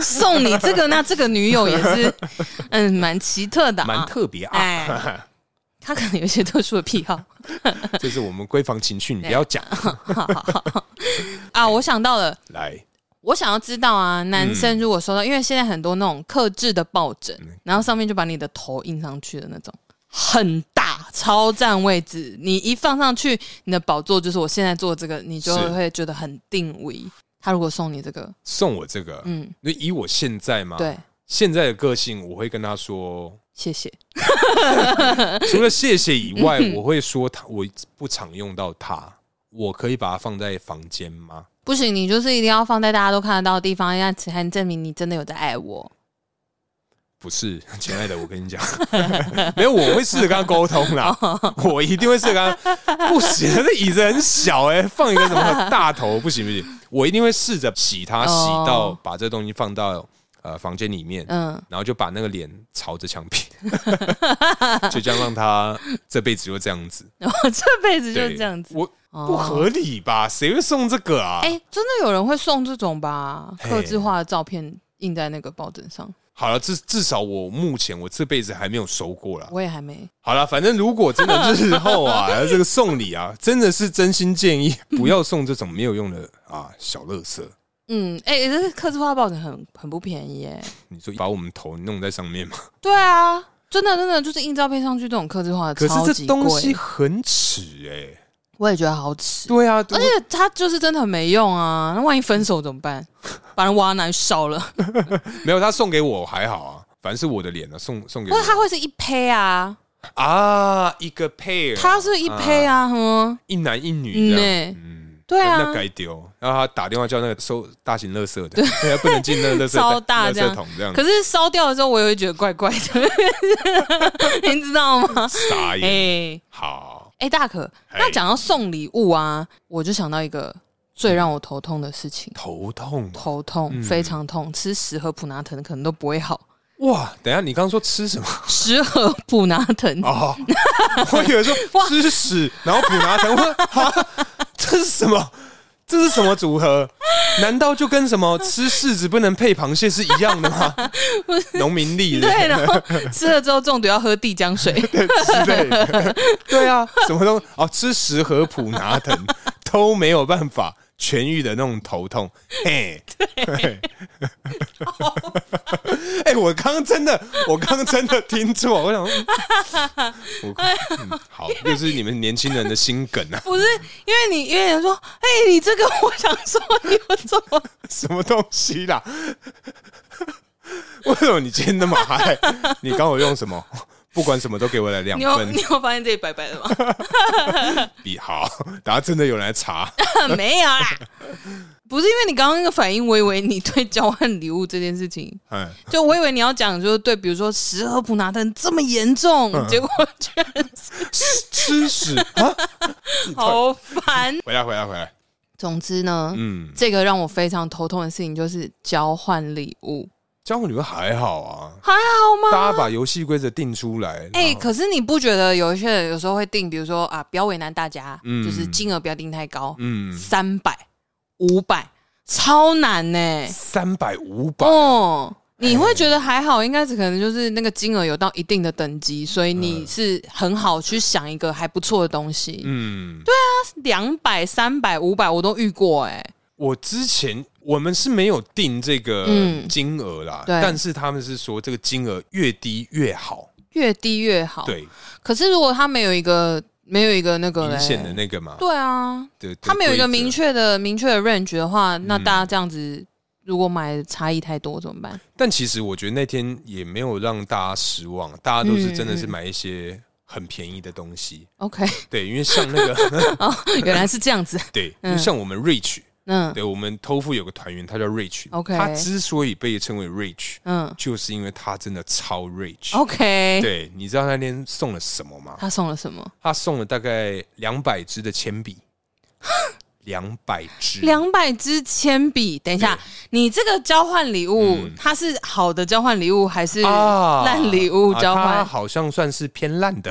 Speaker 1: 送你这个，那这个女友也是，嗯，蛮奇特的、啊，
Speaker 2: 蛮特别啊，
Speaker 1: 哎，他可能有一些特殊的癖好。
Speaker 2: 这是我们闺房情趣，你不要讲。
Speaker 1: 好好好啊，我想到了，
Speaker 2: 来，
Speaker 1: 我想要知道啊，男生
Speaker 2: 嗯
Speaker 1: 如果收到，因为现在很多那种克制的抱枕，然后上面就把你的头印上去的那种，很大，超占位置。你一放上去，你的宝座就是我现在做这个，你就是会觉得很定位。他如果送你这个，
Speaker 2: 送我这个，
Speaker 1: 嗯，
Speaker 2: 那以我现在嘛，
Speaker 1: 对，
Speaker 2: 现在的个性，我会跟他说，
Speaker 1: 谢谢。
Speaker 2: 除了谢谢以 外，我会说他我不常用到它，我可以把它放在房间吗？
Speaker 1: 不行，你就是一定要放在大家都看得到的地方，让子涵证明你真的有在爱我。
Speaker 2: 不是， 亲爱的，我跟你讲， 没有，我会试着跟他沟通 啦，
Speaker 1: 哦
Speaker 2: 我一定会试着跟他。不行，这椅子很小哎、放一个什么大头不行不行，我一定会试着洗它，洗到
Speaker 1: 哦
Speaker 2: 把这东西放到呃房间里面，
Speaker 1: 嗯，
Speaker 2: 然后就把那个脸朝着墙 壁，就这样让他这辈子就这样子，
Speaker 1: 然后这辈子就
Speaker 2: 对
Speaker 1: 这样子。
Speaker 2: 我
Speaker 1: 哦
Speaker 2: 不合理吧？谁会送这个啊？
Speaker 1: 哎、真的有人会送这种吧？
Speaker 2: 嘿
Speaker 1: 刻字化的照片印在那个抱枕上，
Speaker 2: 好了，至至少我目前我这辈子还没有收过啦。
Speaker 1: 我也还没。
Speaker 2: 好了，反正如果真的日后啊，这个送礼啊，真的是真心建议不要送这种没有用的啊小乐色。
Speaker 1: 嗯，哎、这个刻字化抱枕很很不便宜耶。
Speaker 2: 你说把我们头弄在上 面嘛？
Speaker 1: 对啊，真的真的就是印照片上去这种刻字化的，
Speaker 2: 可
Speaker 1: 超
Speaker 2: 是
Speaker 1: 级
Speaker 2: 这
Speaker 1: 贵
Speaker 2: 东西很耻哎、
Speaker 1: 我也觉得好耻。
Speaker 2: 对啊，
Speaker 1: 而且它就是真的很没用啊！那万一分手怎么 办？把人挖哪里烧了？
Speaker 2: 嗯没有他送给我还好啊，反正是我的脸啊，送送给
Speaker 1: 不
Speaker 2: 我
Speaker 1: 是，它会是一胚啊，
Speaker 2: 啊，一个 pair，
Speaker 1: 它是一胚啊，嗯，
Speaker 2: 一男一女
Speaker 1: 嗯
Speaker 2: 这样，
Speaker 1: 欸
Speaker 2: 嗯，
Speaker 1: 对啊
Speaker 2: 那该丢。然后他打电话叫那个收大型垃圾的，对，不能进那个垃圾 袋
Speaker 1: 超大
Speaker 2: 垃
Speaker 1: 这样
Speaker 2: 圾桶 这样，
Speaker 1: 可是烧掉了之后，我也会觉得怪怪的， 你知道吗？
Speaker 2: 傻
Speaker 1: 哎、
Speaker 2: 眼。好，
Speaker 1: 哎、大可，
Speaker 2: 哎
Speaker 1: 那讲到送礼物啊，我就想到一个最让我头痛的事情，
Speaker 2: 头痛
Speaker 1: 头痛、
Speaker 2: 嗯
Speaker 1: 非常痛，吃十盒普拿疼可能都不会好。
Speaker 2: 哇！等一下，你刚刚说吃什么？
Speaker 1: 十盒普拿疼，
Speaker 2: 哦，我以为说吃屎，然后补拿疼。我说啊，这是什么？这是什么组合？难道就跟什么吃柿子不能配螃蟹是一样的吗？农民力的
Speaker 1: 对，然后吃了之后中毒要喝地浆水，
Speaker 2: 之类的，对啊，什么都哦，吃十盒普拿疼 都没有办法痊愈的那种头痛，嘿，对， 哎、我刚刚真的，我刚刚真的听错，我想说，嗯我、嗯、好，又是你们年轻人的心梗啊，
Speaker 1: 不是因为你，因为人说，哎、你这个，我想说你有怎么？
Speaker 2: 什么东西啦？ 为什么你今天那么嗨？你刚我用什么？不管什么都给我来两
Speaker 1: 你有
Speaker 2: 分
Speaker 1: 你，有发现自己白白的吗？
Speaker 2: 比好，等下真的有人来查。
Speaker 1: 没有啦，不是因为你刚刚那个反应，我以为你对交换礼物这件事情
Speaker 2: 嗯，
Speaker 1: 就我以为你要讲，就是对，比如说十盒普拿疼这么严重，
Speaker 2: 嗯
Speaker 1: 结果居然是
Speaker 2: 吃 屎啊！
Speaker 1: 好烦。
Speaker 2: 回来，回来，回来。
Speaker 1: 总之呢，
Speaker 2: 嗯，
Speaker 1: 这个让我非常头痛的事情就是交换礼物，
Speaker 2: 交换礼物还好啊，
Speaker 1: 还好吗？
Speaker 2: 大家把游戏规则定出来。
Speaker 1: 哎、
Speaker 2: 然后
Speaker 1: 可是你不觉得有一些人有时候会定，比如说啊，不要为难大家，
Speaker 2: 嗯
Speaker 1: 就是金额不要定太高，
Speaker 2: 嗯，
Speaker 1: 三百、五百，超难呢、
Speaker 2: 三百、五百，
Speaker 1: 哦，你会觉得还好，应该是可能就是那个金额有到一定的等级，所以你是很好去想一个还不错的东西。
Speaker 2: 嗯，对。
Speaker 1: 两百、三百、五百，我都遇过哎、
Speaker 2: 我之前我们是没有定这个
Speaker 1: 嗯
Speaker 2: 金额啦，
Speaker 1: 对
Speaker 2: 但是他们是说这个金额越低越好。
Speaker 1: 越低越好。，
Speaker 2: 对，
Speaker 1: 可是如果他没有一个没有一个那个嘞
Speaker 2: 明显的那个嘛，
Speaker 1: 对啊，
Speaker 2: 对，
Speaker 1: 他们有一个
Speaker 2: 规则嗯
Speaker 1: 明。确的明确的 range 的话，那大家这样子如果买的差异太多怎么办？
Speaker 2: 但其实我觉得那天也没有让大家失望，大家都
Speaker 1: 嗯
Speaker 2: 是真的是买一些很便宜的东西。
Speaker 1: OK，
Speaker 2: 对，因为像 那个，
Speaker 1: 原来是这样子。
Speaker 2: 对，因为像我们 Rich，
Speaker 1: 嗯
Speaker 2: 对我们偷富有个团员，他叫 Rich。
Speaker 1: OK
Speaker 2: 他之所以被称为 Rich，
Speaker 1: 嗯
Speaker 2: 就是因为他真的超 Rich。
Speaker 1: ，OK。
Speaker 2: 对，你知道他那天送了什么吗？
Speaker 1: 他送了什么？
Speaker 2: 他送了大概两百支的铅笔，两百支，
Speaker 1: 两百支铅笔。等一下，你这个交换礼物，
Speaker 2: 嗯啊
Speaker 1: 它是好的交换礼物还是烂礼物交换？
Speaker 2: 啊他 好像算是偏烂的。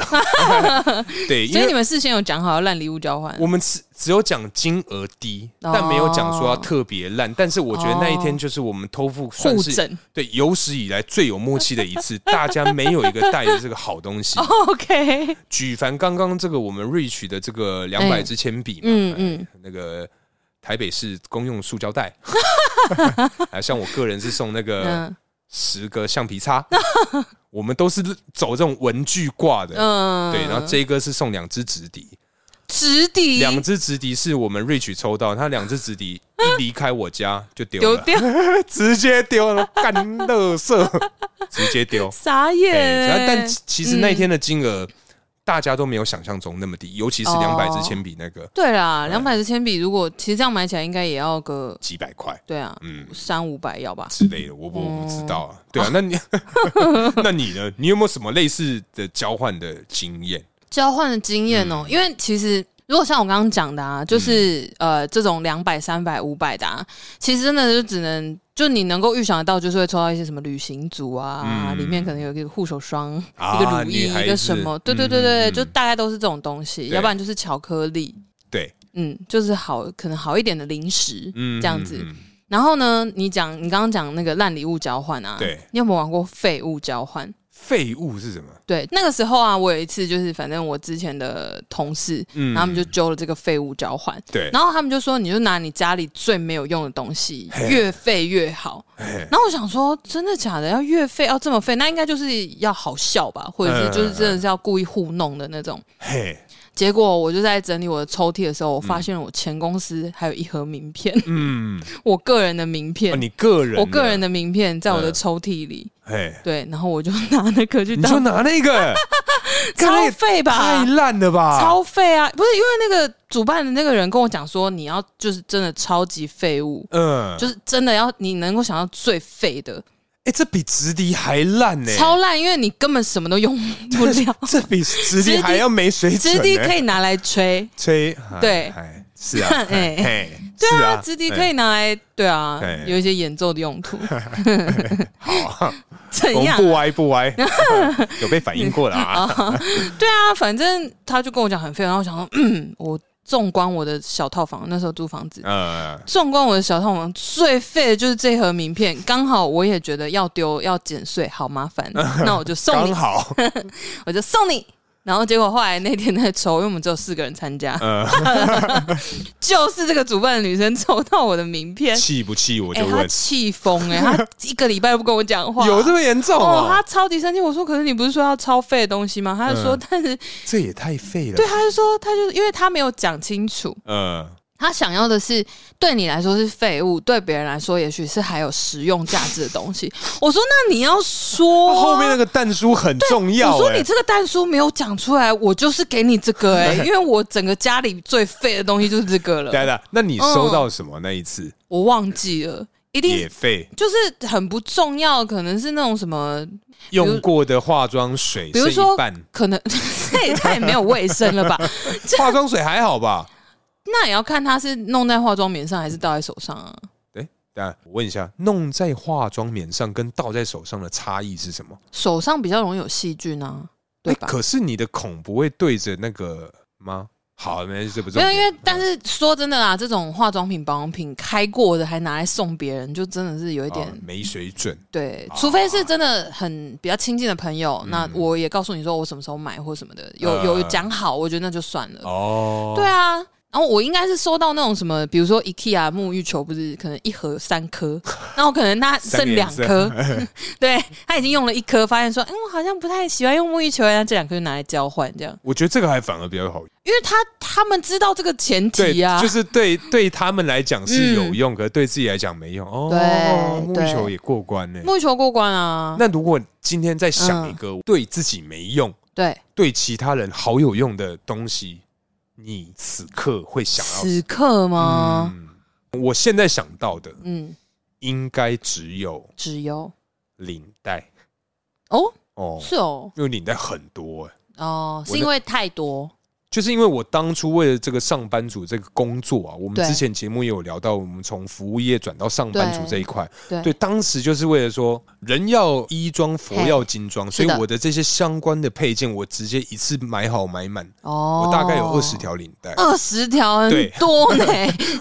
Speaker 2: 对，因
Speaker 1: 所以你
Speaker 2: 为
Speaker 1: 们事先有讲好要烂礼物交换
Speaker 2: 我们是只有讲金额低，
Speaker 1: 哦
Speaker 2: 但没有讲说要特别烂。但是我觉得那一天就是我们偷付算
Speaker 1: 互
Speaker 2: 是
Speaker 1: 整
Speaker 2: 对有史以来最有默契的一次，大家没有一个带着这个好东
Speaker 1: 哦
Speaker 2: 西。
Speaker 1: OK，
Speaker 2: 举凡刚刚这个我们 reach 的这个两百
Speaker 1: 哎
Speaker 2: 支铅笔嘛，
Speaker 1: 嗯嗯，
Speaker 2: 那个台北市公用塑 胶袋，啊，像我个人是送那个
Speaker 1: 嗯
Speaker 2: 十个橡皮擦，我们都是走这种文具挂的，
Speaker 1: 嗯，
Speaker 2: 对，然后 J 哥是送两支直笛，
Speaker 1: 直笛
Speaker 2: 两只直笛是我们 Rich 抽到，他两只直笛一离开我家就丢
Speaker 1: 丢
Speaker 2: 了，
Speaker 1: 掉，
Speaker 2: 直接丢了，干垃圾，直接丢。
Speaker 1: 傻
Speaker 2: 哎，
Speaker 1: 眼
Speaker 2: 然
Speaker 1: 欸。
Speaker 2: 后但其其实那天的金额。大家都没有想象中那么低，尤其是
Speaker 1: 哦
Speaker 2: 两百支铅笔那个
Speaker 1: 对啦，两百支铅笔，如果其实这样买起来，应该也要个
Speaker 2: 几百块，
Speaker 1: 对啊，
Speaker 2: 嗯
Speaker 1: 三五百要吧？
Speaker 2: 之类的，
Speaker 1: 嗯
Speaker 2: 我我我不知道啊。对啊，那你 那你呢？你有没有什么类似的交换的经验？
Speaker 1: 交换的经验
Speaker 2: 嗯
Speaker 1: 哦、因为其实如果像我刚刚讲的啊，就是、呃这种两百、三百、五百的、啊，其实真的就只能就你能够预想得到，就是会抽到一些什么旅行组啊，
Speaker 2: 嗯
Speaker 1: 里面可能有一个护手霜、
Speaker 2: 啊
Speaker 1: 一个乳液、
Speaker 2: 女孩子
Speaker 1: 一个什么，对对
Speaker 2: 嗯
Speaker 1: 对对，
Speaker 2: 嗯
Speaker 1: 就大概都是这种东西，
Speaker 2: 对
Speaker 1: 要不然就是巧克力，
Speaker 2: 对，
Speaker 1: 嗯，就是好可能好一点的零食，
Speaker 2: 嗯
Speaker 1: 这样子。
Speaker 2: 嗯
Speaker 1: 然后呢，你讲你刚刚讲那个烂礼物交换啊，
Speaker 2: 对
Speaker 1: 你有没有玩过废物交换？
Speaker 2: 废物是什么？
Speaker 1: 对，那个时候啊，我有一次就是，反正我之前的同事，
Speaker 2: 嗯
Speaker 1: 然后他们就揪了这个废物交换，
Speaker 2: 对，
Speaker 1: 然后他们就说，你就拿你家里最没有用的东西
Speaker 2: 嘿，
Speaker 1: 越废越好。
Speaker 2: 哎
Speaker 1: 然后我想说，真的假的？要越废，要这么废，那应该就是要好笑吧，或者
Speaker 2: 嗯
Speaker 1: 是就是真的是要故意糊弄的那种。
Speaker 2: 嘿，
Speaker 1: 结果我就在整理我的抽屉的时候，我发现了我前公司还有一盒名片，
Speaker 2: 嗯，
Speaker 1: 我个人的名
Speaker 2: 哦，
Speaker 1: 片，
Speaker 2: 你个人，
Speaker 1: 我个人
Speaker 2: 的，
Speaker 1: 的名片在我的
Speaker 2: 嗯
Speaker 1: 抽屉里。
Speaker 2: 嘿，
Speaker 1: 对，然后我就拿那个去
Speaker 2: 你就
Speaker 1: 当
Speaker 2: 拿那个，干那
Speaker 1: 超
Speaker 2: 也
Speaker 1: 废吧，
Speaker 2: 太烂了吧？
Speaker 1: 超废啊！不是因为那个主办的那个人跟我讲说，你要就是真的超级废物，
Speaker 2: 嗯，
Speaker 1: 就是真的要你能够想到最废的，
Speaker 2: 哎，这比直笛还烂呢，
Speaker 1: 超烂，因为你根本什么都用不了。
Speaker 2: 这比直
Speaker 1: 直
Speaker 2: 笛
Speaker 1: 笛
Speaker 2: 还要没水准
Speaker 1: 直
Speaker 2: 呢，
Speaker 1: 笛可以拿来吹，
Speaker 2: 吹，
Speaker 1: 对
Speaker 2: 哎，哎是啊，
Speaker 1: 哎
Speaker 2: 哎，
Speaker 1: 对
Speaker 2: 是
Speaker 1: 啊，直笛可以
Speaker 2: 哎
Speaker 1: 拿来，对啊
Speaker 2: 哎，
Speaker 1: 有一些演奏的用途。
Speaker 2: 好，啊
Speaker 1: 怎
Speaker 2: 哎我们
Speaker 1: 样？啊哦
Speaker 2: 不歪 不歪， 有被反应过了啊。
Speaker 1: 对啊，反正他就跟我讲很废，然后我想说， 嗯，我纵观我的小套房，那时候租房子。
Speaker 2: 呃，
Speaker 1: 纵观我的小套房，最废的就是这盒名片。刚好我也觉得要丢要剪碎，好麻 烦，那我就送你
Speaker 2: 刚。好，
Speaker 1: 我就送你。然后结果后来那天在抽，因为我们只有四个人参加，
Speaker 2: 呃，
Speaker 1: 就是这个主办的女生抽到我的名片，
Speaker 2: 气不气？我
Speaker 1: 哎、
Speaker 2: 就
Speaker 1: 她
Speaker 2: 问，
Speaker 1: 气疯 哎，她一个礼拜都不跟我讲话，
Speaker 2: 有这么严重
Speaker 1: 哦，她
Speaker 2: 哦？
Speaker 1: 超级生气。我说，可是你不是说要超废的东西吗？她就说，
Speaker 2: 嗯
Speaker 1: 但是
Speaker 2: 这也太废了。
Speaker 1: 对，她就说，她就是因为她没有讲清楚，
Speaker 2: 呃，
Speaker 1: 她想要的是对你来说是废物，对别人来说也许是还有实用价值的东 西。我说，那你要说啊、
Speaker 2: 后面那个蛋叔很重要
Speaker 1: 我说
Speaker 2: 哎
Speaker 1: 你。这个蛋叔没有讲出来，我就是给你这个 哎、因为我整个家里最废的东西就是这个
Speaker 2: 对
Speaker 1: 了，
Speaker 2: 的，那你收到什么那一次
Speaker 1: 我忘记了，一定
Speaker 2: 也废？
Speaker 1: 就是很不重要，可能是那种什么，
Speaker 2: 用过的化妆水
Speaker 1: 比如
Speaker 2: 剩
Speaker 1: 说
Speaker 2: 一半，
Speaker 1: 可能 这也太没有卫生了吧？
Speaker 2: 化妆水还好吧？
Speaker 1: 那也要看他是弄在化妆棉上还是倒在手上啊。
Speaker 2: 哎，等一下我问一下，弄在化妆棉上跟倒在手上的差异是什么？
Speaker 1: 手上比较容易有细菌啊，对
Speaker 2: 哎
Speaker 1: 吧？
Speaker 2: 可是你的孔不会对着那个吗？好，没关系，这不重
Speaker 1: 没
Speaker 2: 要。
Speaker 1: 有，因为但是说真的啦，这种化妆品、保养品开过的还拿来送别人，就真的是有一
Speaker 2: 有
Speaker 1: 点
Speaker 2: 啊没水准。
Speaker 1: 对
Speaker 2: 啊，嗯
Speaker 1: 除非是真的很比较亲近的朋友，那我也告诉你说我什么时候买或什么的，有有
Speaker 2: 呃
Speaker 1: 有讲好，我觉得那就算了。
Speaker 2: 哦，
Speaker 1: 对啊，然后我应该是收到那种什么，比如说 IKEA 沐浴球，不是可能一盒三 颗，那我可能它
Speaker 2: 三个
Speaker 1: 剩
Speaker 2: 颜
Speaker 1: 两
Speaker 2: 色
Speaker 1: 颗， 对他已经用了一颗，发现说，嗯，我好像不太喜欢用沐浴球，那这两颗就拿来交换这样，
Speaker 2: 我觉得这个还反而比较好，
Speaker 1: 因为他他们知道这个前
Speaker 2: 对
Speaker 1: 提啊，
Speaker 2: 就是 对对他们来讲是有用，可是对自己来讲没用。哦，
Speaker 1: 嗯对
Speaker 2: 沐浴球也过关呢、
Speaker 1: 沐浴球过关啊，
Speaker 2: 那如果今天再想一个
Speaker 1: 嗯
Speaker 2: 对自己没用、
Speaker 1: 对，
Speaker 2: 对其他人好有用的东西，你此刻会想要？
Speaker 1: 此刻吗？
Speaker 2: 嗯，我现在想到的
Speaker 1: 嗯，
Speaker 2: 应该只有
Speaker 1: 只有
Speaker 2: 领带
Speaker 1: 哦，
Speaker 2: 哦，
Speaker 1: 是哦。
Speaker 2: 因为领带很多、欸，
Speaker 1: 哦，
Speaker 2: 我
Speaker 1: 是因
Speaker 2: 那
Speaker 1: 为太多
Speaker 2: 就是因为我当初为了这个上班族这个工作啊，我们
Speaker 1: 对
Speaker 2: 之前节目也有聊到，我们从服务业转到上班族
Speaker 1: 对
Speaker 2: 这一块，
Speaker 1: 对
Speaker 2: 对，当时就是为了说人要衣装，佛要金装，
Speaker 1: 是
Speaker 2: 所以
Speaker 1: 的
Speaker 2: 我的这些相关的配件，我直接一次买好买满，
Speaker 1: 哦
Speaker 2: 我大概有二十，条领带，
Speaker 1: 二十条
Speaker 2: 对
Speaker 1: 很多呢。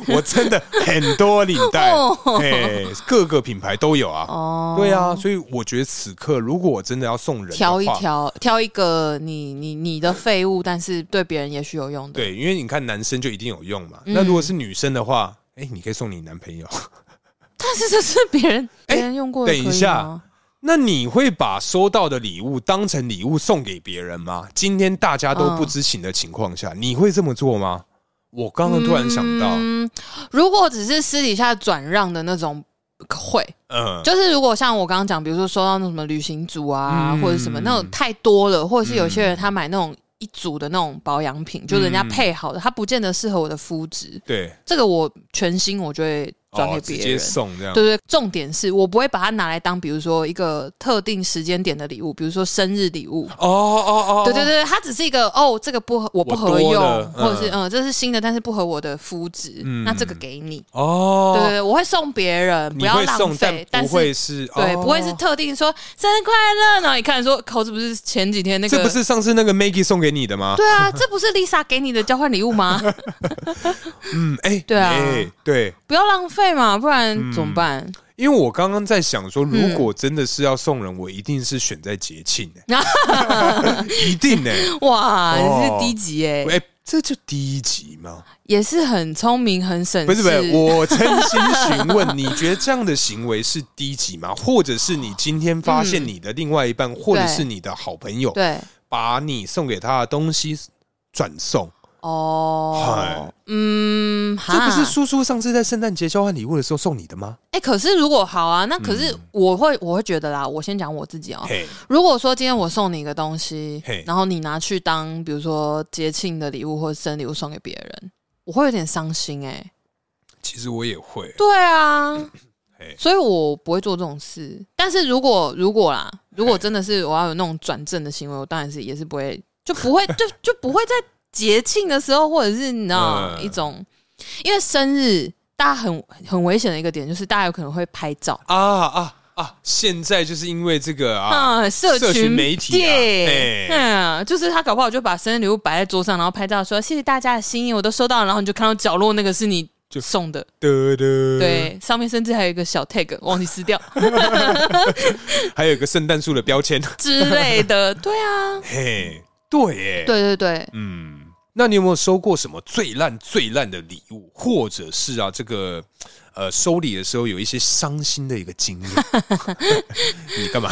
Speaker 2: 我真的很多领带
Speaker 1: 哦，
Speaker 2: 哎，各个品牌都有啊。
Speaker 1: 哦，
Speaker 2: 对啊，所以我觉得此刻如果我真的要送人的
Speaker 1: 挑一
Speaker 2: 话，
Speaker 1: 挑，挑一个你你你的废物，但是对别人也许有用的。
Speaker 2: 对，因为你看男生就一定有用嘛。
Speaker 1: 嗯
Speaker 2: 那如果是女生的话，哎，你可以送你男朋友。
Speaker 1: 但是这是别人
Speaker 2: 哎
Speaker 1: 别人用过的，
Speaker 2: 等一下，那你会把收到的礼物当成礼物送给别人吗？今天大家都不知情的情况
Speaker 1: 啊
Speaker 2: 下，你会这么做吗？我刚刚突然想到，嗯、
Speaker 1: 嗯，如果只是私底下转让的那种。会，
Speaker 2: 嗯
Speaker 1: 就是如果像我刚刚讲，比如说收到那什么旅行组啊，
Speaker 2: 嗯
Speaker 1: 或者什么那种太多了，或者是有些人他买那种一组的那种保养品，就人家
Speaker 2: 嗯
Speaker 1: 配好的，他不见得适合我的肤质，
Speaker 2: 对，
Speaker 1: 这个我全心我就会转
Speaker 2: 哦，
Speaker 1: 给
Speaker 2: 直
Speaker 1: 别人。
Speaker 2: 接送这样，
Speaker 1: 对对，重点是我不会把它拿来当，比如说一个特定时间点的礼物，比如说生日礼物。
Speaker 2: 哦哦哦，
Speaker 1: 对对对，它只是一个哦，这个不合我不合
Speaker 2: 我
Speaker 1: 用
Speaker 2: 多了，嗯
Speaker 1: 或者是嗯，这是新的，但是不合我的肤质，
Speaker 2: 嗯
Speaker 1: 那这个给你。
Speaker 2: 哦，
Speaker 1: 对对对，我会送别人，不
Speaker 2: 你
Speaker 1: 要
Speaker 2: 会
Speaker 1: 浪
Speaker 2: 送，
Speaker 1: 费，但
Speaker 2: 但不
Speaker 1: 是
Speaker 2: 会是，
Speaker 1: 对，
Speaker 2: 哦
Speaker 1: 不会是特定说生日快乐，然后一看说口子不是前几天那个，
Speaker 2: 这不是上次那个 Maggie 送给你的吗？
Speaker 1: 对啊， 这不是 Lisa 给你的交换礼物 吗？
Speaker 2: 嗯，哎，
Speaker 1: 对啊
Speaker 2: 哎对，
Speaker 1: 不要浪费嘛，不然怎么办？
Speaker 2: 因为我刚刚在想说，
Speaker 1: 嗯
Speaker 2: 如果真的是要送人，我一定是选在节庆、 欸，一定呢、欸，
Speaker 1: 哇，
Speaker 2: 哦
Speaker 1: 你是低级哎、
Speaker 2: 哎、这就第一集吗？
Speaker 1: 也是很聪明，很省事。
Speaker 2: 不是不是，我真心询问，你觉得这样的行为是低级吗？或者是你今天发现你的另外一半，或者是你的好朋友，
Speaker 1: 对
Speaker 2: 把你送给他的东西转送，嗨
Speaker 1: 哦，嗯，
Speaker 2: 这不是
Speaker 1: 哈
Speaker 2: 叔叔上次在圣诞节交换礼物的时候送你的吗？
Speaker 1: 哎、可是如果好啊，那可是我会、我会觉得啦，我先讲我自己哦、
Speaker 2: 嗯嘿，
Speaker 1: 如果说今天我送你一个东西
Speaker 2: 嘿，
Speaker 1: 然后你拿去当比如说节庆的礼物或者生日礼物送给别人，我会有点伤心哎、
Speaker 2: 其实我也会，
Speaker 1: 对啊
Speaker 2: 嘿，
Speaker 1: 所以我不会做这种事。但是如果如果啦，如果
Speaker 2: 嘿
Speaker 1: 真的是我要有那种转正的行为，我当然是也是不会，就不 会就就不会在节庆的时候，或者是你知道、
Speaker 2: 嗯
Speaker 1: 一种，因为生日大家很很危险的一个点就是大家有可能会拍照。
Speaker 2: 啊啊啊！现在就是因为这个啊，
Speaker 1: 嗯，社
Speaker 2: 社群媒体啊
Speaker 1: 界
Speaker 2: 嘿
Speaker 1: 嗯，就是他搞不好就把生日礼物摆在桌上，然后拍照说谢谢大家的心意，我都收到了，然后你就看到角落那个是你
Speaker 2: 就呃
Speaker 1: 送的，
Speaker 2: 的的，，
Speaker 1: 对，上面甚至还有一个小 tag 忘记撕掉，
Speaker 2: 还有一个圣诞树的标 签，
Speaker 1: 之类 的。对啊，
Speaker 2: 嘿，对耶，
Speaker 1: 对对对，
Speaker 2: 嗯，那你有没有收过什么最烂最烂的礼物，或者是啊，这个呃收礼的时候有一些伤心的一个经 验？你干嘛？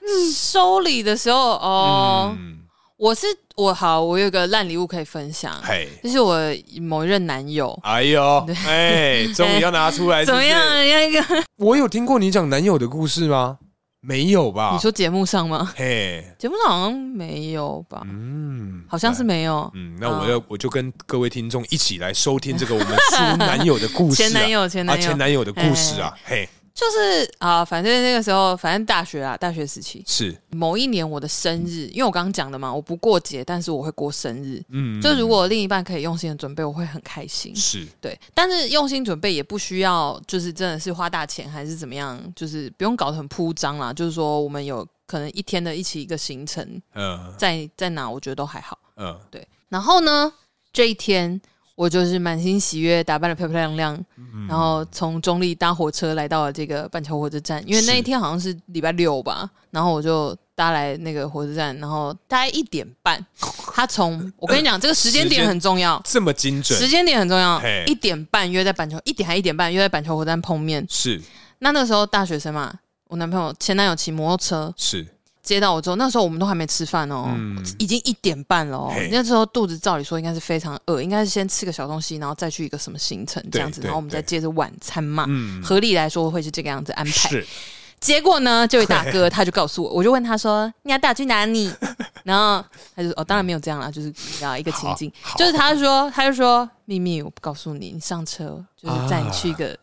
Speaker 1: 嗯收礼的时候哦，
Speaker 2: 嗯，
Speaker 1: 我是我好，我有个烂礼物可以分享，
Speaker 2: 嘿，
Speaker 1: 就是我某一任男友。
Speaker 2: 哎呦，哎，终于要拿出 来，
Speaker 1: 怎么样？
Speaker 2: 是不是？
Speaker 1: 人家一个，
Speaker 2: 我有听过你讲男友的故事吗？没有吧？
Speaker 1: 你说节目上吗？
Speaker 2: 嘿，
Speaker 1: 节目上好像没有吧？
Speaker 2: 嗯，
Speaker 1: 好像是啊没有。
Speaker 2: 嗯，那我要、我就跟各位听众一起来收听这个 我们书男友的故事、啊，
Speaker 1: 前男友，前男友
Speaker 2: 啊，
Speaker 1: 哎
Speaker 2: 前，男友的故事啊，嘿，
Speaker 1: 就是啊，反正那个时候，反正大学啊，大学时期，
Speaker 2: 是，
Speaker 1: 某一年我的生日，因为我刚刚讲的嘛，我不过节，但是我会过生日。
Speaker 2: 嗯，
Speaker 1: 就如果另一半可以用心的准备，我会很开心。
Speaker 2: 是，
Speaker 1: 对，但是用心准备也不需要，就是真的是花大钱还是怎么样，就是不用搞得很铺张啦。就是说，我们有可能一天的一起一个行程，
Speaker 2: 嗯
Speaker 1: 在在哪我觉得都还好。
Speaker 2: 嗯，
Speaker 1: 对，然后呢，这一天我就是满心喜悦，打扮的漂漂亮亮，
Speaker 2: 嗯
Speaker 1: 然后从中立搭火车来到了这个板桥火车站，因为
Speaker 2: 是
Speaker 1: 那一天好像是礼拜六吧，然后我就。搭来那个火车站，然后大概一点半，他从我跟你讲，这个时间
Speaker 2: 时
Speaker 1: 点
Speaker 2: 间
Speaker 1: 很重要，
Speaker 2: 这么精准
Speaker 1: 时，间点很重要
Speaker 2: 嘿，
Speaker 1: 一点半约在板桥，一点还一点半约在板桥火车站碰面。
Speaker 2: 是
Speaker 1: 那那时候大学生嘛，我男朋友前男友骑摩托车
Speaker 2: 是，
Speaker 1: 接到我之后，那时候我们都还没吃饭哦，
Speaker 2: 嗯
Speaker 1: 已经一点半了哦
Speaker 2: 嘿。
Speaker 1: 那时候肚子照理说应该是非常饿，应该是先吃个小东西，然后再去一个什么行程这样子，
Speaker 2: 对对
Speaker 1: 然后我们再接着晚餐嘛。
Speaker 2: 嗯，
Speaker 1: 合理来说会是这个样子安排。
Speaker 2: 是
Speaker 1: 结果呢，这位大哥他就告诉我，我就问他说：“你要带我去哪里？” 然后他就哦，当然没有这样啦，就是你知道一个情境
Speaker 2: 啊好好，
Speaker 1: 就是他说他就说秘密，我不告诉你，你上车就是载你去一个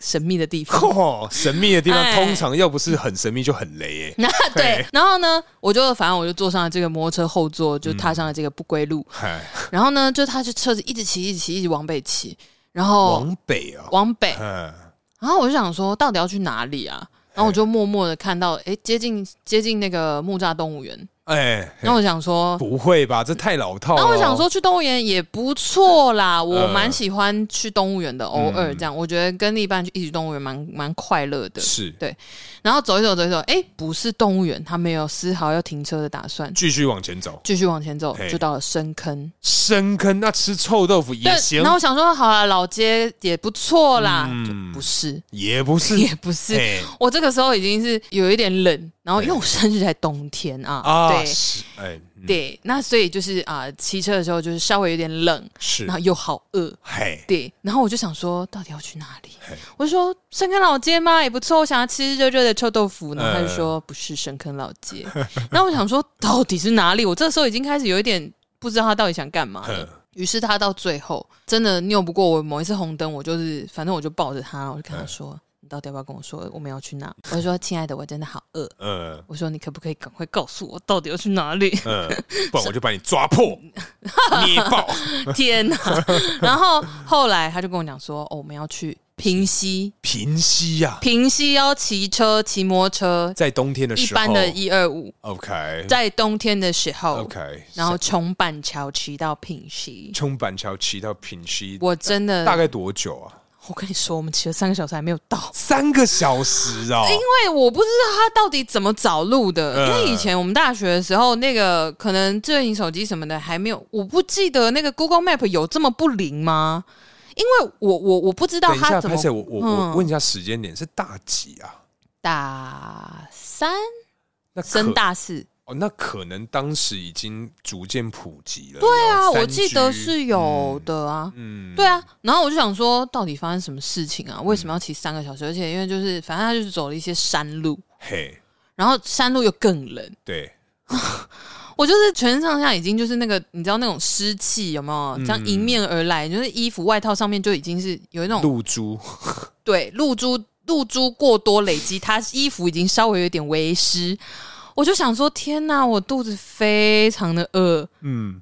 Speaker 1: 神秘的地方。
Speaker 2: 哦，神秘的地方
Speaker 1: 哎
Speaker 2: 通常要不是很神秘就很雷 哎。
Speaker 1: 那对
Speaker 2: 嘿，
Speaker 1: 然后呢，我就反正我就坐上了这个摩托车后座，就踏上了这个不归 路。
Speaker 2: 嗨，
Speaker 1: 然后呢，就他就车子一直骑，一直骑，一直往北骑，然后
Speaker 2: 往北啊，
Speaker 1: 往北。
Speaker 2: 嗯，
Speaker 1: 然后我就想说，到底要去哪里啊？然后我就默默的看到，哎，接近接近那个木栅动物园。
Speaker 2: 哎，
Speaker 1: 然后我想说，
Speaker 2: 不会吧？这太老套了。哦
Speaker 1: 然后哦啊我想，说去动物园也不错啦，我
Speaker 2: 嗯
Speaker 1: 蛮喜欢去动物园的，偶尔这样，我觉得跟另一半去一起动物园蛮蛮快乐的。
Speaker 2: 是
Speaker 1: 然后走一走走一走，哎，不是动物园，他没有丝毫要停车的打算，
Speaker 2: 继续往前走，
Speaker 1: 继续往前走
Speaker 2: 嘿
Speaker 1: 就到了深坑。
Speaker 2: 深坑那吃臭豆腐也行
Speaker 1: 然，后我想说，好了，老街也不错啦，
Speaker 2: 嗯
Speaker 1: 就不是，
Speaker 2: 也不是，
Speaker 1: 也不是。
Speaker 2: 哎
Speaker 1: 我这个时候已经是有一点冷，然后因为
Speaker 2: 嘿
Speaker 1: 我生日在冬天啊，
Speaker 2: 啊，
Speaker 1: 对
Speaker 2: 是哎，嗯
Speaker 1: 对，那所以就是啊，骑车的时候就是稍微有点冷，
Speaker 2: 是
Speaker 1: 然后又好饿，
Speaker 2: 嘿，
Speaker 1: 对，然后我就想说，到底要去哪里
Speaker 2: 嘿？
Speaker 1: 我就说深坑老街吗？也不错，我想要吃热热的臭豆腐。然后他就
Speaker 2: 呃
Speaker 1: 说不是深坑老街。然后我想说，到底是哪里？我这时候已经开始有一点不知道他到底想干嘛了
Speaker 2: 哼。
Speaker 1: 于是他到最后真的拗不过我，某一次红灯，我就是反正我就抱着他，我就
Speaker 2: 嗯
Speaker 1: 跟他说：“你到底要不要跟我说我们要去哪？”我就说：“亲爱的，我真的好饿。
Speaker 2: 呃”
Speaker 1: 我说：“你可不可以赶快告诉我到底要去哪里？”
Speaker 2: 呃，不然我就把你抓破，捏爆。
Speaker 1: 天哪！然后后来他就跟我讲说：“哦，我们要去平溪。”
Speaker 2: 平息呀，
Speaker 1: 平溪要骑车、骑摩托车，
Speaker 2: 在冬天的
Speaker 1: 一
Speaker 2: 时候
Speaker 1: 般的一二五，
Speaker 2: ，OK
Speaker 1: 在冬天的时候
Speaker 2: OK，
Speaker 1: 然后从板桥骑到平溪。
Speaker 2: 冲板桥骑到平息，
Speaker 1: 我真的，
Speaker 2: 大概多久啊？
Speaker 1: 我跟你说，我们骑了三个小时还没有到，
Speaker 2: 三个小时 啊！
Speaker 1: 因为我不知道他到底怎么找路的。
Speaker 2: 嗯
Speaker 1: 因为以前我们大学的时候，那个可能智能手机什么的还没有，我不记得那个 Google Map 有这么不灵吗？因为我我我不知道
Speaker 2: 等一
Speaker 1: 他
Speaker 2: 下，
Speaker 1: 怎
Speaker 2: 拍
Speaker 1: 么嗯
Speaker 2: 摄，我我我问一下时间点是大几啊？
Speaker 1: 大三
Speaker 2: 那可
Speaker 1: 升大四。
Speaker 2: 哦，那可能当时已经逐渐普及了。
Speaker 1: 对啊，
Speaker 2: 有
Speaker 1: 我
Speaker 2: 3G
Speaker 1: 记得是有的啊。
Speaker 2: 嗯，嗯嗯
Speaker 1: 对啊，然后我就想说，到底发生什么事情啊？为什么要骑三个小时？而且因为就是，反正他就是走了一些山路，
Speaker 2: 嘿，
Speaker 1: 然后山路又更冷。
Speaker 2: 对，
Speaker 1: 我就是全身上下已经就是那个，你知道那种湿气有没有？
Speaker 2: 嗯
Speaker 1: 这样迎面而来，就是衣服外套上面就已经是有那种
Speaker 2: 露珠
Speaker 1: 对露珠露珠过多累积，他衣服已经稍微有点微湿。我就想说，天哪，我肚子非常的饿。
Speaker 2: 嗯，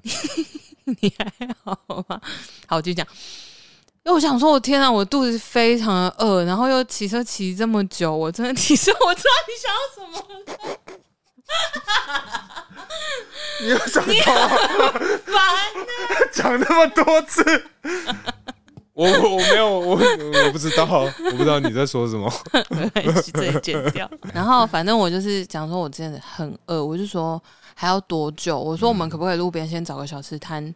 Speaker 1: 你还好吗？好，我继续讲。因为我想说，我天啊，我肚子非常的饿，然后又骑车骑这么久，我真的骑车，我知道你想要什么了，
Speaker 2: 你又想头
Speaker 1: 烦。
Speaker 2: 讲那么多次， 我我我没有我我不知道，我不知道你在说什 么。
Speaker 1: 没关系，这里剪掉。然后反正我就是讲说，我真的很饿，我就说还要多久？我说我们可不可以路边先找个小吃摊，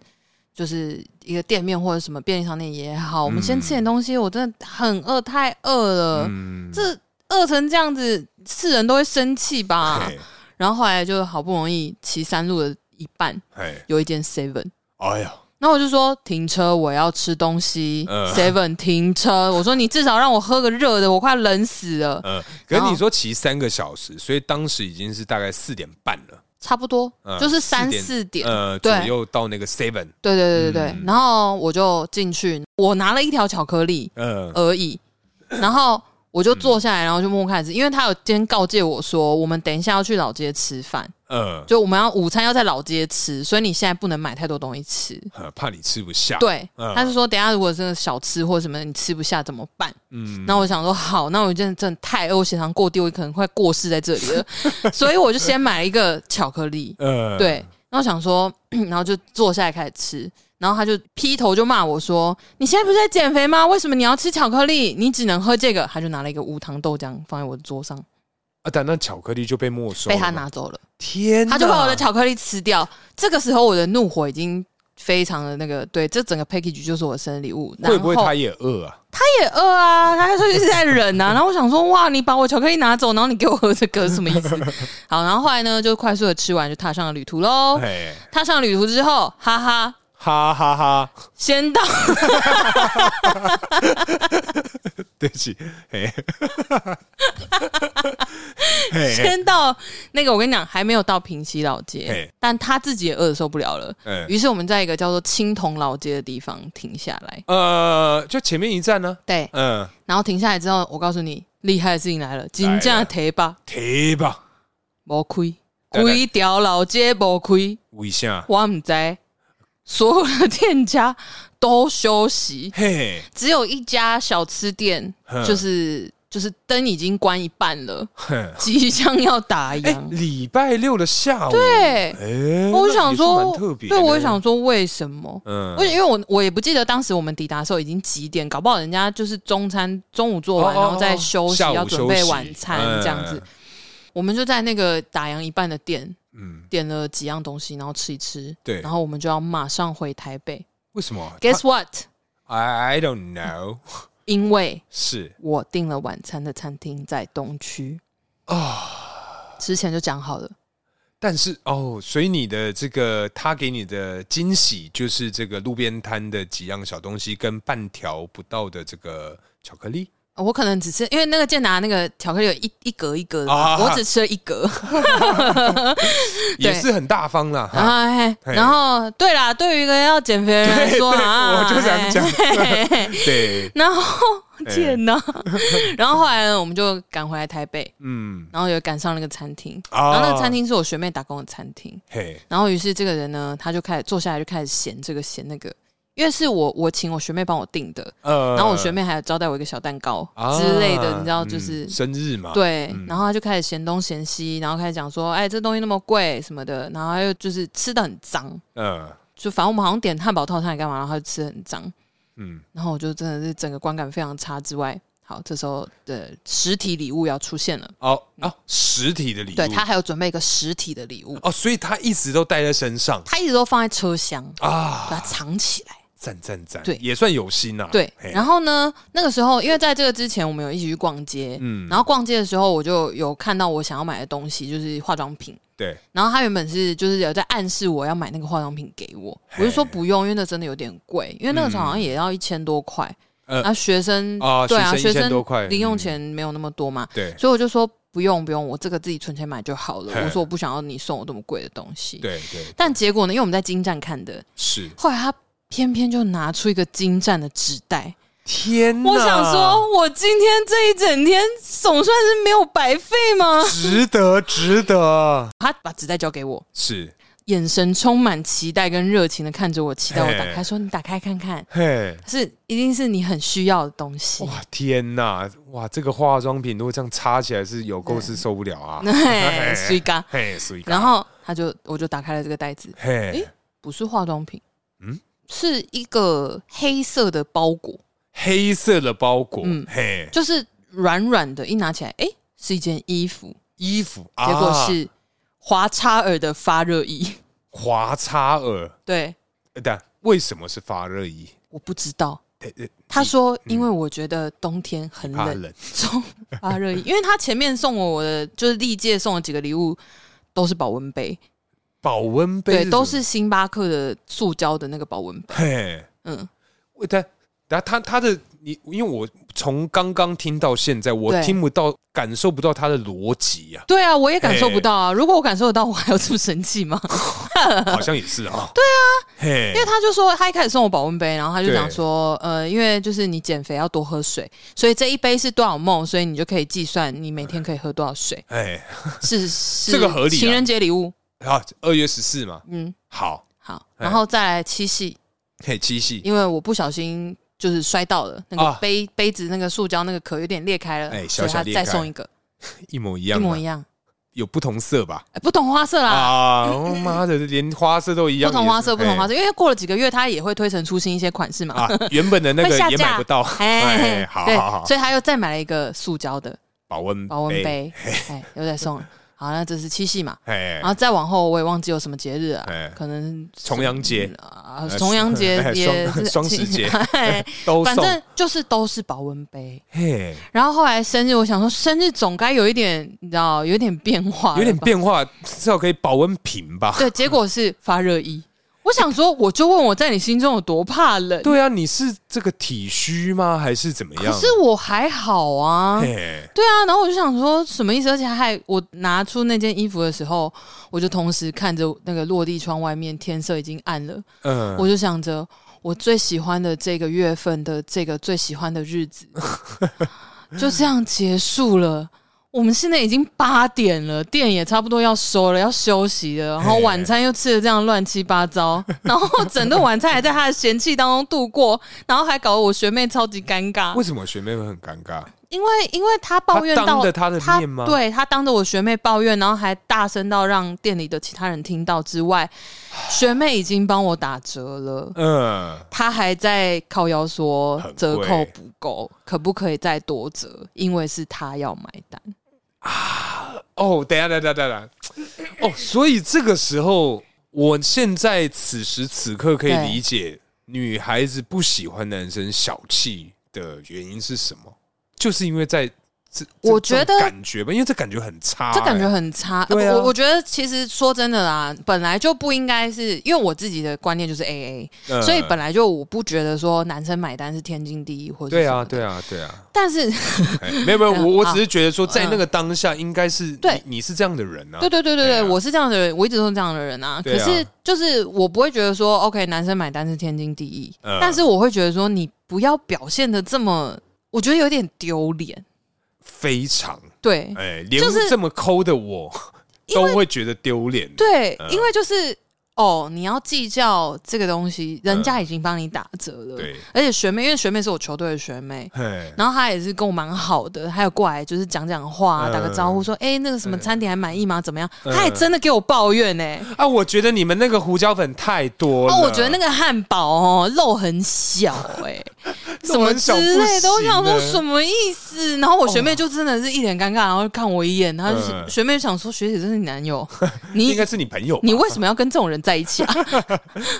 Speaker 1: 就是一个店面或者什么便利商店也好，我们先吃点东西。我真的很饿，太饿了，
Speaker 2: 嗯，
Speaker 1: 这饿成这样子，是人都会生气吧？
Speaker 2: 嘿，
Speaker 1: 然后后来就好不容易骑山路的一半，
Speaker 2: 嘿，
Speaker 1: 有一间 Seven，
Speaker 2: 哎呀，
Speaker 1: 然后我就说停车，我要吃东西。
Speaker 2: 嗯
Speaker 1: Seven、停车，我说你至少让我喝个热的，我快冷死了。
Speaker 2: 呃，可是你说骑三个小时，所以当时已经是大概四点半了，
Speaker 1: 差不多、
Speaker 2: 嗯
Speaker 1: 就是三四
Speaker 2: 4
Speaker 1: 点，
Speaker 2: 呃，左
Speaker 1: 对
Speaker 2: 右到那个 seven，
Speaker 1: 对对对对对。
Speaker 2: 嗯
Speaker 1: 然后我就进去，我拿了一条巧克力
Speaker 2: 呃，
Speaker 1: 而已，然后。我
Speaker 2: 嗯
Speaker 1: 就坐下来，然后就默默开始，因为他有今天告诫我说，我们等一下要去老街吃饭，
Speaker 2: 呃，
Speaker 1: 就我们要午餐要在老街吃，所以你现在不能买太多东西吃。
Speaker 2: 呃怕你吃不下，，
Speaker 1: 对，
Speaker 2: 嗯
Speaker 1: 他是说等一下如果是小吃或什么你吃不下怎么办？
Speaker 2: 嗯，
Speaker 1: 那我想说好，那我真的真的太哎饿，我血糖过低，我可能快过世在这里 了，所以我就先买了一个巧克力，
Speaker 2: 呃，
Speaker 1: 对，然后想说， 然后就坐下来开始吃。然后他就劈头就骂我说：“你现在不是在减肥吗？为什么你要吃巧克力？你只能喝这个。”他就拿了一个无糖豆浆放在我的桌上，
Speaker 2: 啊，但那巧克力就被没收，
Speaker 1: 被他，拿走了，
Speaker 2: 天哪，
Speaker 1: 他就把我的巧克力吃掉。这个时候我的怒火已经非常的那个，对，这整个 package 就是我的生日礼物。然
Speaker 2: 会不会
Speaker 1: 后
Speaker 2: 他也饿啊？
Speaker 1: 也饿啊，他就一直在忍啊。然 后我想说，哇，你把我巧克力拿走，然后你给我喝这个，什么意 思？好，然后后来呢，就快速的吃完，就踏上了旅途喽。
Speaker 2: 哎，
Speaker 1: 踏上旅途之后，哈哈，
Speaker 2: 哈哈哈，
Speaker 1: 先 到，
Speaker 2: 对不起，哎，
Speaker 1: 先到那个，我跟你讲，还没有到平西老街
Speaker 2: 嘿，
Speaker 1: 但他自己也饿的受不了了，
Speaker 2: 嗯
Speaker 1: 于是我们在一个叫做青铜老街的地方停下来。
Speaker 2: 呃，就前面一站呢，
Speaker 1: 对，
Speaker 2: 嗯，
Speaker 1: 然后停下来之后，我告诉你，厉害的事情来了，金价提吧，
Speaker 2: 提吧，
Speaker 1: 无亏，
Speaker 2: 对对
Speaker 1: 规条老街无亏，
Speaker 2: 为啥？
Speaker 1: 我唔知，所有的店家都休息，
Speaker 2: 嘿，
Speaker 1: 只有一家小吃店
Speaker 2: 哼
Speaker 1: 就是就是灯已经关一半了，
Speaker 2: 哼，
Speaker 1: 即将要打烊。
Speaker 2: 哎，礼拜六的下午，
Speaker 1: 对
Speaker 2: 哎，
Speaker 1: 我想
Speaker 2: 那也是
Speaker 1: 说
Speaker 2: 蛮特，别，
Speaker 1: 对，我也，想说为什么？
Speaker 2: 嗯
Speaker 1: 而且因为我我也不记得当时我们抵达的时候已经几点，搞不好人家就是中餐中午做完，
Speaker 2: 哦哦哦
Speaker 1: 然后再休息，
Speaker 2: 下午
Speaker 1: 要准备
Speaker 2: 休息
Speaker 1: 晚餐这样子
Speaker 2: 嗯。
Speaker 1: 我们就在那个打烊一半的店
Speaker 2: 嗯，
Speaker 1: 点了几样东西，然后吃一吃，
Speaker 2: 对
Speaker 1: 然后我们就要马上回台北。
Speaker 2: 为什么
Speaker 1: Guess what？
Speaker 2: I I don't know，
Speaker 1: 因为
Speaker 2: 是
Speaker 1: 我订了晚餐的餐厅在东区啊，之前就讲好了，
Speaker 2: 哦但是哦，所以你的这个他给你的惊喜就是这个路边摊的几样小东西跟半条不到的这个巧克力，
Speaker 1: 我可能只是因为那个健达那个巧克力有一一格一格的，
Speaker 2: 啊
Speaker 1: 我只吃了一格。
Speaker 2: 也是很大方啦。哈
Speaker 1: 哎，
Speaker 2: 啊嘿
Speaker 1: 然后对啦，对于一个要减肥的人来说啊，
Speaker 2: 我就想讲
Speaker 1: 哎。嘿嘿嘿
Speaker 2: 对，
Speaker 1: 然后
Speaker 2: 哎
Speaker 1: 天哪！然后后来呢，我们就赶回来台北，
Speaker 2: 嗯，
Speaker 1: 然后也赶上那个餐厅，
Speaker 2: 哦
Speaker 1: 然后那个餐厅是我学妹打工的餐厅。
Speaker 2: 嘿，
Speaker 1: 然后于是这个人呢，他就开始坐下来就开始嫌这个嫌那个，因为是我我请我学妹帮我订的，
Speaker 2: 呃
Speaker 1: 然后我学妹还有招待我一个小蛋糕之类的，你知道就是
Speaker 2: 嗯生日嘛，，
Speaker 1: 对，
Speaker 2: 嗯
Speaker 1: 然后他就开始嫌东嫌西，然后开始讲说，哎，这东西那么贵什么的，然后他又就是吃的很脏，
Speaker 2: 嗯
Speaker 1: 就反正我们好像点汉堡套餐还干嘛，然后他就吃得很脏，
Speaker 2: 嗯，
Speaker 1: 然后我就真的是整个观感非常差之外，好，这时候的实体礼物要出现了，
Speaker 2: 哦哦，实体的礼物，
Speaker 1: 嗯对他还有准备一个实体的礼物，
Speaker 2: 哦，所以他一直都带在身上
Speaker 1: 他一直都放在车厢，
Speaker 2: 啊，
Speaker 1: 把它藏起来。
Speaker 2: 赞赞赞，
Speaker 1: 对
Speaker 2: 也算有心呐，
Speaker 1: 对，
Speaker 2: 嘿
Speaker 1: 然后呢，那个时候因为在这个之前我们有一起去逛街，
Speaker 2: 嗯
Speaker 1: 然后逛街的时候我就有看到我想要买的东西，就是化妆品。
Speaker 2: 对，
Speaker 1: 然后他原本是就是有在暗示我要买那个化妆品给我，我就说不用，因为那真的有点贵，因为那个时候好像也要一千多块，
Speaker 2: 呃
Speaker 1: 啊，学生
Speaker 2: 啊
Speaker 1: 对啊，
Speaker 2: 学生
Speaker 1: 学
Speaker 2: 1000多块
Speaker 1: 零用钱没有那么多嘛，
Speaker 2: 对
Speaker 1: 所以我就说不用不用，我这个自己存钱买就好了
Speaker 2: 嘿。
Speaker 1: 我说我不想要你送我这么贵的东西，
Speaker 2: 对对，
Speaker 1: 但结果呢，因为我们在金站看的，
Speaker 2: 是
Speaker 1: 后来他偏偏就拿出一个金站的纸袋，
Speaker 2: 天哪，
Speaker 1: 我想说，我今天这一整天总算是没有白费吗？
Speaker 2: 值得，值得，
Speaker 1: 他把纸袋交给我，
Speaker 2: 是，
Speaker 1: 眼神充满期待跟热情的看着我，期待我
Speaker 2: 嘿
Speaker 1: 打开，说：“你打开看看，
Speaker 2: 嘿，
Speaker 1: 是一定是你很需要的东西。
Speaker 2: 哇，天哪，哇，这个化妆品如果这样插起来是有够是受不 了啊”，
Speaker 1: 嘿，水嘎。
Speaker 2: 嘿，水咖
Speaker 1: 然，后他就，我就打开了这个袋子，
Speaker 2: 嘿
Speaker 1: 诶，不是化妆品，嗯
Speaker 2: 嗯，
Speaker 1: 是一个黑色的包裹，
Speaker 2: 黑色的包裹
Speaker 1: 嗯，
Speaker 2: 嘿，
Speaker 1: 就是软软的，一拿起来，诶，是一件衣服，
Speaker 2: 衣服，
Speaker 1: 结果
Speaker 2: 啊
Speaker 1: 是华差尔的发热衣。
Speaker 2: 华差尔，
Speaker 1: 对，
Speaker 2: 呃但为什么是发热衣？
Speaker 1: 我不知道。
Speaker 2: 呃呃
Speaker 1: 他说：“因为我觉得冬天很
Speaker 2: 怕
Speaker 1: 嗯冷，
Speaker 2: 冷，
Speaker 1: 中发热衣，因为他前面送我我的就是历届送的几个礼物都是保温杯，
Speaker 2: 保温杯
Speaker 1: 对，
Speaker 2: 什么
Speaker 1: 都是星巴克的塑胶的那个保温杯，
Speaker 2: 嘿，
Speaker 1: 嗯，
Speaker 2: 我但然后他他的你，因为我从刚刚听到现在，我
Speaker 1: 对，
Speaker 2: 听不到、感受不到他的逻辑啊
Speaker 1: 对啊，我也感受不到啊，如果我感受得到，我还有这么生气吗？
Speaker 2: 好像也是啊，对啊，嘿
Speaker 1: 因为，他就说他一开始送我保温杯，然后他就
Speaker 2: 对
Speaker 1: 讲说，呃，因为就是你减肥要多喝水，所以这一杯是多少梦，所以你就可以计算你每天可以喝多少水，
Speaker 2: 哎，
Speaker 1: 是是
Speaker 2: 这个合理啊
Speaker 1: 情人节礼物，
Speaker 2: 好，二月十四嘛，
Speaker 1: 嗯，
Speaker 2: 好，
Speaker 1: 好，
Speaker 2: 哎
Speaker 1: 然后再来七夕，
Speaker 2: 嘿，七夕，
Speaker 1: 因为我不小心就是摔到了那个
Speaker 2: 啊
Speaker 1: 杯、杯子那个塑胶那个壳有点裂开了，
Speaker 2: 哎
Speaker 1: 所
Speaker 2: 小
Speaker 1: 以
Speaker 2: 小
Speaker 1: 他
Speaker 2: 裂
Speaker 1: 再
Speaker 2: 开
Speaker 1: 送一个
Speaker 2: 一模一
Speaker 1: 一
Speaker 2: 样，
Speaker 1: 模一
Speaker 2: 样，
Speaker 1: 样，
Speaker 2: 有不同色吧？
Speaker 1: 哎不同花色啦。
Speaker 2: 啊，我妈的，连花色都一
Speaker 1: 不
Speaker 2: 样，
Speaker 1: 同花色，
Speaker 2: 也
Speaker 1: 不
Speaker 2: 是
Speaker 1: 同花色，因为过了几个月，它也会推陈出新一些款式嘛，
Speaker 2: 哎啊，原本的那
Speaker 1: 会
Speaker 2: 个
Speaker 1: 下
Speaker 2: 也
Speaker 1: 架
Speaker 2: 买不到，
Speaker 1: 哎，
Speaker 2: 哎，好
Speaker 1: 对
Speaker 2: 好好，
Speaker 1: 所以他又再买了一个塑胶的
Speaker 2: 保温
Speaker 1: 保温，杯，哎，又再送了。好，那这是七夕嘛，
Speaker 2: 哎
Speaker 1: 然，后再往后我也忘记有什么节日啊
Speaker 2: 哎，
Speaker 1: 可能
Speaker 2: 重阳节
Speaker 1: 啊，重阳节
Speaker 2: 哎
Speaker 1: 也
Speaker 2: 双
Speaker 1: 是
Speaker 2: 双十节
Speaker 1: 哎
Speaker 2: 都
Speaker 1: 反
Speaker 2: 送，
Speaker 1: 正就是都是保温杯。
Speaker 2: 嘿，
Speaker 1: 然后后来生日，我想说生日总该有一点，你知道，有点变化，
Speaker 2: 有点。变化，至少可以保温瓶吧？
Speaker 1: 对，结果是发热衣。我想说，我就问我在你心中有多怕冷，
Speaker 2: 对啊，你是这个体虚吗？还是怎么
Speaker 1: 可
Speaker 2: 样？
Speaker 1: 是我还好啊。
Speaker 2: 嘿
Speaker 1: 对啊，然后我就想说什么意思？而且还我拿出那件衣服的时候，我就同时看着那个落地窗外面，天色已经暗了，
Speaker 2: 嗯，
Speaker 1: 我就想着我最喜欢的这个月份的这个最喜欢的日子， 就这样结束了。我们现在已经八点了，店也差不多要收了，要休息了。然后
Speaker 2: 嘿
Speaker 1: 晚餐又吃的这样乱七八 糟，然后整个晚餐还在他的嫌弃当中度过，然后还搞得我学妹超级尴尬。
Speaker 2: 为什么学妹会很尴尬？
Speaker 1: 因为因为他啊抱怨
Speaker 2: 他当
Speaker 1: 到
Speaker 2: 着他的面吗
Speaker 1: 对他当着我学妹抱怨，然后还大声到让店里的其他人听到之 外，学妹已经帮我打折了。
Speaker 2: 嗯，
Speaker 1: 他还在靠腰说
Speaker 2: 很贵
Speaker 1: 折扣不够，可不可以再多折？因为是他要买单。
Speaker 2: 哦，等一下，等一下，等一下，哦，所以这个时候，我现在此时此刻可以
Speaker 1: 对
Speaker 2: 理解女孩子不喜欢男生小气的原因是什么，就是因为在这，这
Speaker 1: 我觉得
Speaker 2: 这种感觉吧，因为这感觉很差、
Speaker 1: 这感觉
Speaker 2: 哎
Speaker 1: 很差。
Speaker 2: 对啊
Speaker 1: 我我觉得其实说真的啦，本来就不应该是，因为我自己的观念就是 A
Speaker 2: 嗯
Speaker 1: A，所以本来就我不觉得说男生买单是天经地义或者
Speaker 2: 对啊，
Speaker 1: 什么的
Speaker 2: 对啊，对啊，
Speaker 1: 但是
Speaker 2: 哎 没有没有，
Speaker 1: 嗯
Speaker 2: 我我
Speaker 1: 好
Speaker 2: 只是觉得说，在那个当下，应该是你
Speaker 1: 对
Speaker 2: 你是这样的人啊，
Speaker 1: 对对对对对，
Speaker 2: 对啊
Speaker 1: 我是这样的人，我一直都是这样的人啊。
Speaker 2: 对
Speaker 1: 可
Speaker 2: 啊
Speaker 1: 是就是我不会觉得说，OK，男生买单是天经地义，
Speaker 2: 嗯
Speaker 1: 但是我会觉得说，你不要表现的这么，我觉得有点丢脸。
Speaker 2: 非常
Speaker 1: 对、
Speaker 2: 哎，
Speaker 1: 嗯
Speaker 2: 连
Speaker 1: 就是
Speaker 2: 这么抠的我
Speaker 1: 因
Speaker 2: 都会觉得丢脸。
Speaker 1: 对，
Speaker 2: 嗯
Speaker 1: 因为就是哦，你要计较这个东西，人家已经帮你打折了。
Speaker 2: 嗯对，嗯
Speaker 1: 而且学妹，因为学妹是我球队的学妹。
Speaker 2: 嘿，
Speaker 1: 然后她也是跟我蛮好的，还有过来就是讲讲话、
Speaker 2: 嗯
Speaker 1: 打个招呼，说：“哎、那个什么餐点还满意吗？怎么样？”
Speaker 2: 嗯
Speaker 1: 她还真的给我抱怨呢、
Speaker 2: 啊，我觉得你们那个胡椒粉太多了。
Speaker 1: 哦，我觉得那个汉堡哦，肉很小哎、什么之类的，
Speaker 2: 肉
Speaker 1: 我
Speaker 2: 很小
Speaker 1: 想
Speaker 2: 不行欸
Speaker 1: 说
Speaker 2: 哦
Speaker 1: 什么意思？然后我学妹就真的是一脸尴尬，然后看我一眼，她就是、
Speaker 2: 嗯
Speaker 1: 学妹就想说学姐这是你男友，
Speaker 2: 应
Speaker 1: 你
Speaker 2: 该是你朋友吧，
Speaker 1: 你为什么要跟这种人在一起啊？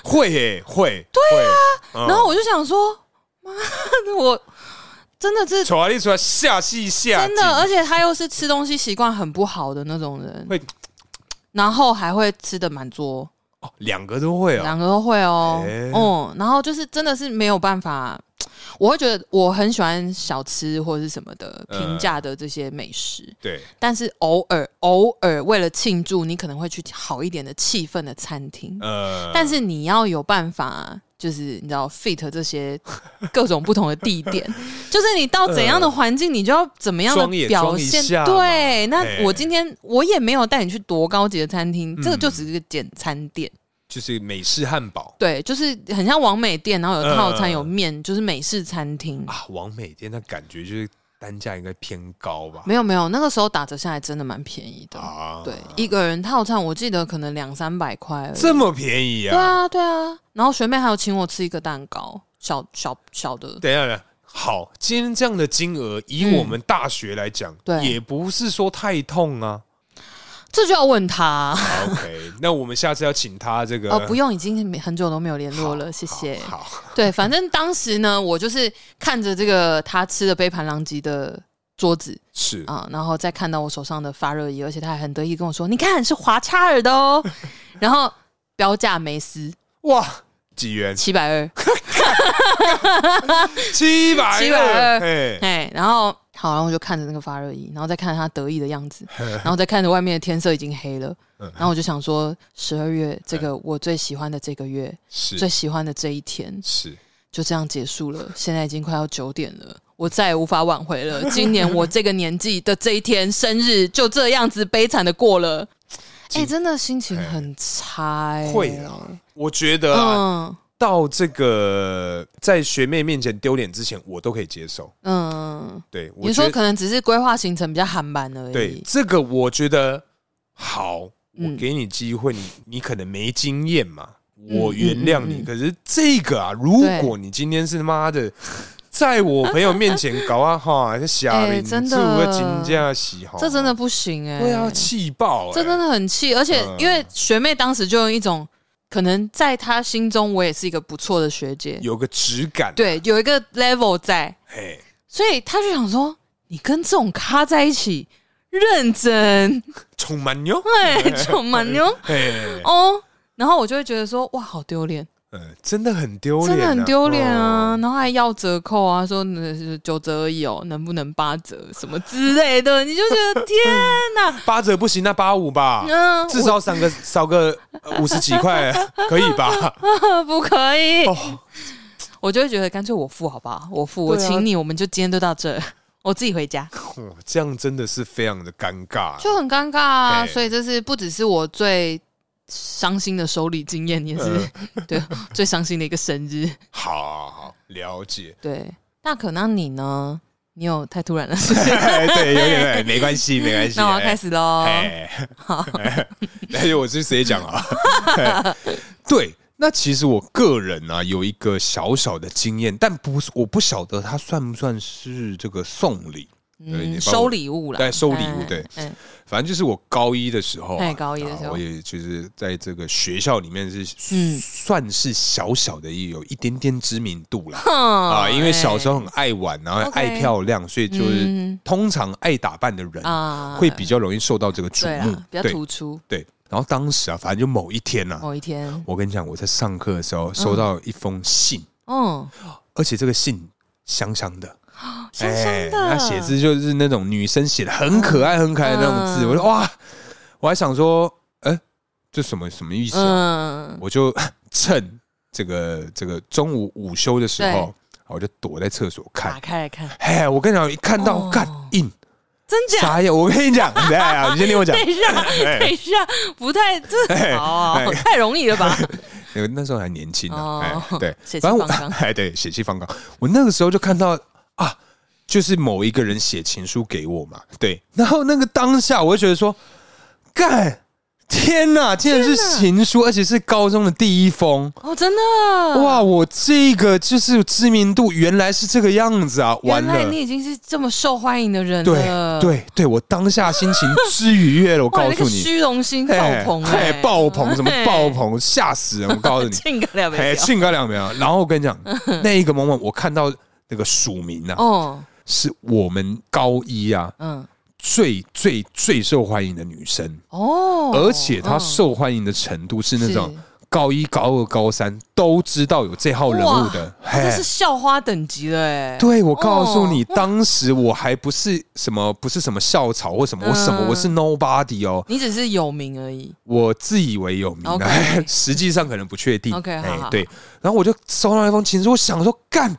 Speaker 2: 会诶、会，对啊。嗯
Speaker 1: 然后我就想说，妈的，我真的是
Speaker 2: 丑啊，你出来下戏下
Speaker 1: 真的，
Speaker 2: 井
Speaker 1: 而且她又是吃东西习惯很不好的那种人，
Speaker 2: 会
Speaker 1: 然后还会吃的满桌，
Speaker 2: 哦，两个都会啊、
Speaker 1: 两个都会哦，
Speaker 2: 欸
Speaker 1: 嗯，然后就是真的是没有办法，我会觉得我很喜欢小吃或者是什么的
Speaker 2: 嗯
Speaker 1: 平价的这些美食，
Speaker 2: 对，
Speaker 1: 但是偶尔偶尔为了庆祝，你可能会去好一点的气氛的餐厅，
Speaker 2: 呃，
Speaker 1: 但是你要有办法。就是你知道 fit 这些各种不同的地 点，就是你到怎样的环境，你就要怎么样
Speaker 2: 呃装也
Speaker 1: 的表
Speaker 2: 装一
Speaker 1: 现
Speaker 2: 下。嘛
Speaker 1: 对，那
Speaker 2: 嘿
Speaker 1: 我今天我也没有带你去多高级的餐厅，这个
Speaker 2: 嗯
Speaker 1: 就只是个简餐店。
Speaker 2: 就是美式汉堡
Speaker 1: 对，就是很像王美店，然后有套餐、
Speaker 2: 嗯
Speaker 1: 有面，就是美式餐厅。
Speaker 2: 啊，王美店那感觉就是单价应该偏高吧？
Speaker 1: 没有没有，那个时候打折下来真的蛮便宜的。
Speaker 2: 啊，
Speaker 1: 对，，一个人套餐我记得可能两三百块而已。
Speaker 2: 这么便宜
Speaker 1: 对
Speaker 2: 啊？
Speaker 1: 啊对啊，然后学妹还有请我吃一个蛋糕，小小小的。
Speaker 2: 等一下，等一下好，今天这样的金额，以
Speaker 1: 嗯
Speaker 2: 我们大学来讲，
Speaker 1: 对
Speaker 2: 也不是说太痛啊。
Speaker 1: 这就要问他
Speaker 2: OK，那我们下次要请他这个
Speaker 1: 哦，不用，已经很久都没有联络了，谢谢。
Speaker 2: 好，好
Speaker 1: 对，反正当时呢，我就是看着这个他吃的杯盘狼藉的桌子，
Speaker 2: 是
Speaker 1: 啊、然后再看到我手上的发热衣，而且他还很得意跟我说：“你看是华差尔的 哦。”然后标价梅斯
Speaker 2: 哇，几元？
Speaker 1: 七百二，
Speaker 2: 七百
Speaker 1: 720
Speaker 2: 哎，
Speaker 1: 哎，然后好，然后我就看着那个发热衣，然后再看着他得意的样 子，然后再看着外面的天色已经黑了，
Speaker 2: 嗯
Speaker 1: 然后我就想说，十二月这个我最喜欢的这个月，最
Speaker 2: 是
Speaker 1: 喜欢的这一天
Speaker 2: 是，
Speaker 1: 就这样结束了，现在已经快要九点了。我再也无法挽回了。今年我这个年纪的这一天生日就这样子悲惨的过了，哎、
Speaker 2: 今
Speaker 1: 真的心情很差、欸，
Speaker 2: 会啊。我觉得啊
Speaker 1: 嗯
Speaker 2: 到这个在学妹面前丢脸之前，我都可以接受。
Speaker 1: 嗯，
Speaker 2: 对，
Speaker 1: 你
Speaker 2: 我觉
Speaker 1: 说
Speaker 2: 得
Speaker 1: 可能只是规划行程比较含版而已。
Speaker 2: 对这个，我觉得好，我
Speaker 1: 嗯
Speaker 2: 给你机会，你你可能没经验嘛，
Speaker 1: 嗯
Speaker 2: 我原谅
Speaker 1: 嗯嗯
Speaker 2: 你。
Speaker 1: 嗯
Speaker 2: 可是这个啊，如果你今天是妈的。在我朋友面前搞啊哈，这瞎
Speaker 1: 哎
Speaker 2: 名，
Speaker 1: 真的
Speaker 2: 这我金价洗哈，
Speaker 1: 这真的不行哎、
Speaker 2: 对啊，气爆、欸，
Speaker 1: 这真的很气。而且
Speaker 2: 嗯
Speaker 1: 因为学妹当时就用一种可能在她心中我也是一个不错的学姐，
Speaker 2: 有个质感，
Speaker 1: 对，有一个 level 在，
Speaker 2: 嘿，
Speaker 1: 所以她就想说，你跟这种咖在一起，认真， 哎
Speaker 2: 充满牛，
Speaker 1: 对，就蛮牛
Speaker 2: 嘿，
Speaker 1: 哦。然后我就会觉得说，哇，好丢脸，
Speaker 2: 呃，真的很丢脸、啊，
Speaker 1: 真的很丢脸啊！
Speaker 2: 嗯
Speaker 1: 然后还要折扣啊，说呃九折而已哦，能不能八折什么之类的，你就觉得天哪，
Speaker 2: 八折不行，那八五吧，
Speaker 1: 嗯
Speaker 2: 啊至少少个少个五十几 块，可以吧？
Speaker 1: 不可以，
Speaker 2: 哦，
Speaker 1: 我就会觉得干脆我付好不好？我付，
Speaker 2: 对
Speaker 1: 我
Speaker 2: 啊
Speaker 1: 请你，我们就今天就到这，我自己回家。
Speaker 2: 哦这样真的是非常的尴尬。
Speaker 1: 就很尴尬啊。
Speaker 2: 嘿
Speaker 1: 所以这是不只是我最伤心的收礼经验，也是、
Speaker 2: 嗯
Speaker 1: 对最伤心的一个生日。
Speaker 2: 好好好，了解。
Speaker 1: 对，那可能你呢？你有太突然了，
Speaker 2: 哎对，有点哎没关系，没关系。
Speaker 1: 那我要开始喽。
Speaker 2: 哎。哎， 那就我就直接讲啊。 对，那其实我个人呢、啊、有一个小小的经验，但不是我不晓得它算不算是这个送礼，对你
Speaker 1: 嗯，
Speaker 2: 帮我
Speaker 1: 收礼物了，
Speaker 2: 对收礼物
Speaker 1: 哎
Speaker 2: 对，
Speaker 1: 嗯，
Speaker 2: 反正就是我高一的时候、啊
Speaker 1: 哎，高一的时候
Speaker 2: 啊我也就是在这个学校里面是、
Speaker 1: 嗯
Speaker 2: 算是小小的也有一点点知名度啦。
Speaker 1: 啊
Speaker 2: 啊，因为小时候很爱玩，然后
Speaker 1: 哎 OK
Speaker 2: 爱漂亮，所以就是、
Speaker 1: 嗯
Speaker 2: 通常爱打扮的人
Speaker 1: 啊
Speaker 2: 会比较容易受到这个瞩
Speaker 1: 对
Speaker 2: 目
Speaker 1: 啦，，比较
Speaker 2: 对
Speaker 1: 突哦出。
Speaker 2: 对。然后当时啊，反正就某一天呐、啊，
Speaker 1: 某一天，
Speaker 2: 我跟你讲，我在上课的时候收到一封信，
Speaker 1: 嗯，
Speaker 2: 而且这个信香香的，
Speaker 1: 香香的，
Speaker 2: 哎那写字就是那种女生写的很可爱、很可爱的那种字。
Speaker 1: 嗯
Speaker 2: 我说哇，我还想说，哎、这什么什么意思、啊？
Speaker 1: 嗯，
Speaker 2: 我就 趁这个这个中午午休的时候
Speaker 1: 对，
Speaker 2: 我就躲在厕所看
Speaker 1: 打。开来看，
Speaker 2: 哎，我跟你讲，一看到
Speaker 1: 哦
Speaker 2: 干硬
Speaker 1: 真假？
Speaker 2: 傻眼，我跟 你讲，哎呀，你先听我讲
Speaker 1: 等。一下，
Speaker 2: 哎
Speaker 1: 等一下，不太这
Speaker 2: 哎
Speaker 1: 好
Speaker 2: 哎
Speaker 1: 太容易了吧？
Speaker 2: 那个那时候还年轻呢、哎、
Speaker 1: 哦
Speaker 2: 对，
Speaker 1: 血气
Speaker 2: 反正我
Speaker 1: 方刚
Speaker 2: 哎，对，血气方刚。我那个时候就看到啊，就是某一个人写情书给我嘛，对。然后那个当下，我就觉得说，干，天哪，竟然是情书，而且是高中的第一封。
Speaker 1: 哦，真的
Speaker 2: 哇，！我这个就是知名度原来是这个样子啊！完
Speaker 1: 原来
Speaker 2: 了，
Speaker 1: 你已经是这么受欢迎的人
Speaker 2: 对
Speaker 1: 了，，
Speaker 2: 对对，我当下心情之愉悦了，我
Speaker 1: 哇，
Speaker 2: 告
Speaker 1: 那
Speaker 2: 诉
Speaker 1: 个
Speaker 2: 你，
Speaker 1: 虚荣心爆
Speaker 2: 哎
Speaker 1: 棚
Speaker 2: 哎
Speaker 1: 哎，
Speaker 2: 爆棚，什么
Speaker 1: 哎
Speaker 2: 爆，棚，吓死 人！我告诉你，
Speaker 1: 进个啊两
Speaker 2: 哎，
Speaker 1: 杯酒，
Speaker 2: 兴高两秒。然后我跟 你讲，那一个 moment 我看到那个署名啊，
Speaker 1: 哦，
Speaker 2: 是我们高一啊
Speaker 1: 嗯，
Speaker 2: 最最最受欢迎的女生，
Speaker 1: 哦，
Speaker 2: 而且她
Speaker 1: 嗯
Speaker 2: 受欢迎的程度是那种
Speaker 1: 是
Speaker 2: 高一、高二、高三都知道有这号人物的。
Speaker 1: 这
Speaker 2: 嘿，
Speaker 1: 是校花等级的哎，
Speaker 2: 对我告诉你，
Speaker 1: 哦
Speaker 2: 当时我还不是什么不是什么校草或什么，我什么
Speaker 1: 嗯
Speaker 2: 我是 nobody 哦，
Speaker 1: 你只是有名而已，
Speaker 2: 我自以为有名啊，
Speaker 1: OK
Speaker 2: 实际上可能不确定。
Speaker 1: OK，
Speaker 2: 哎
Speaker 1: 好好好
Speaker 2: 对。然后我就收到那封情书，我想说，干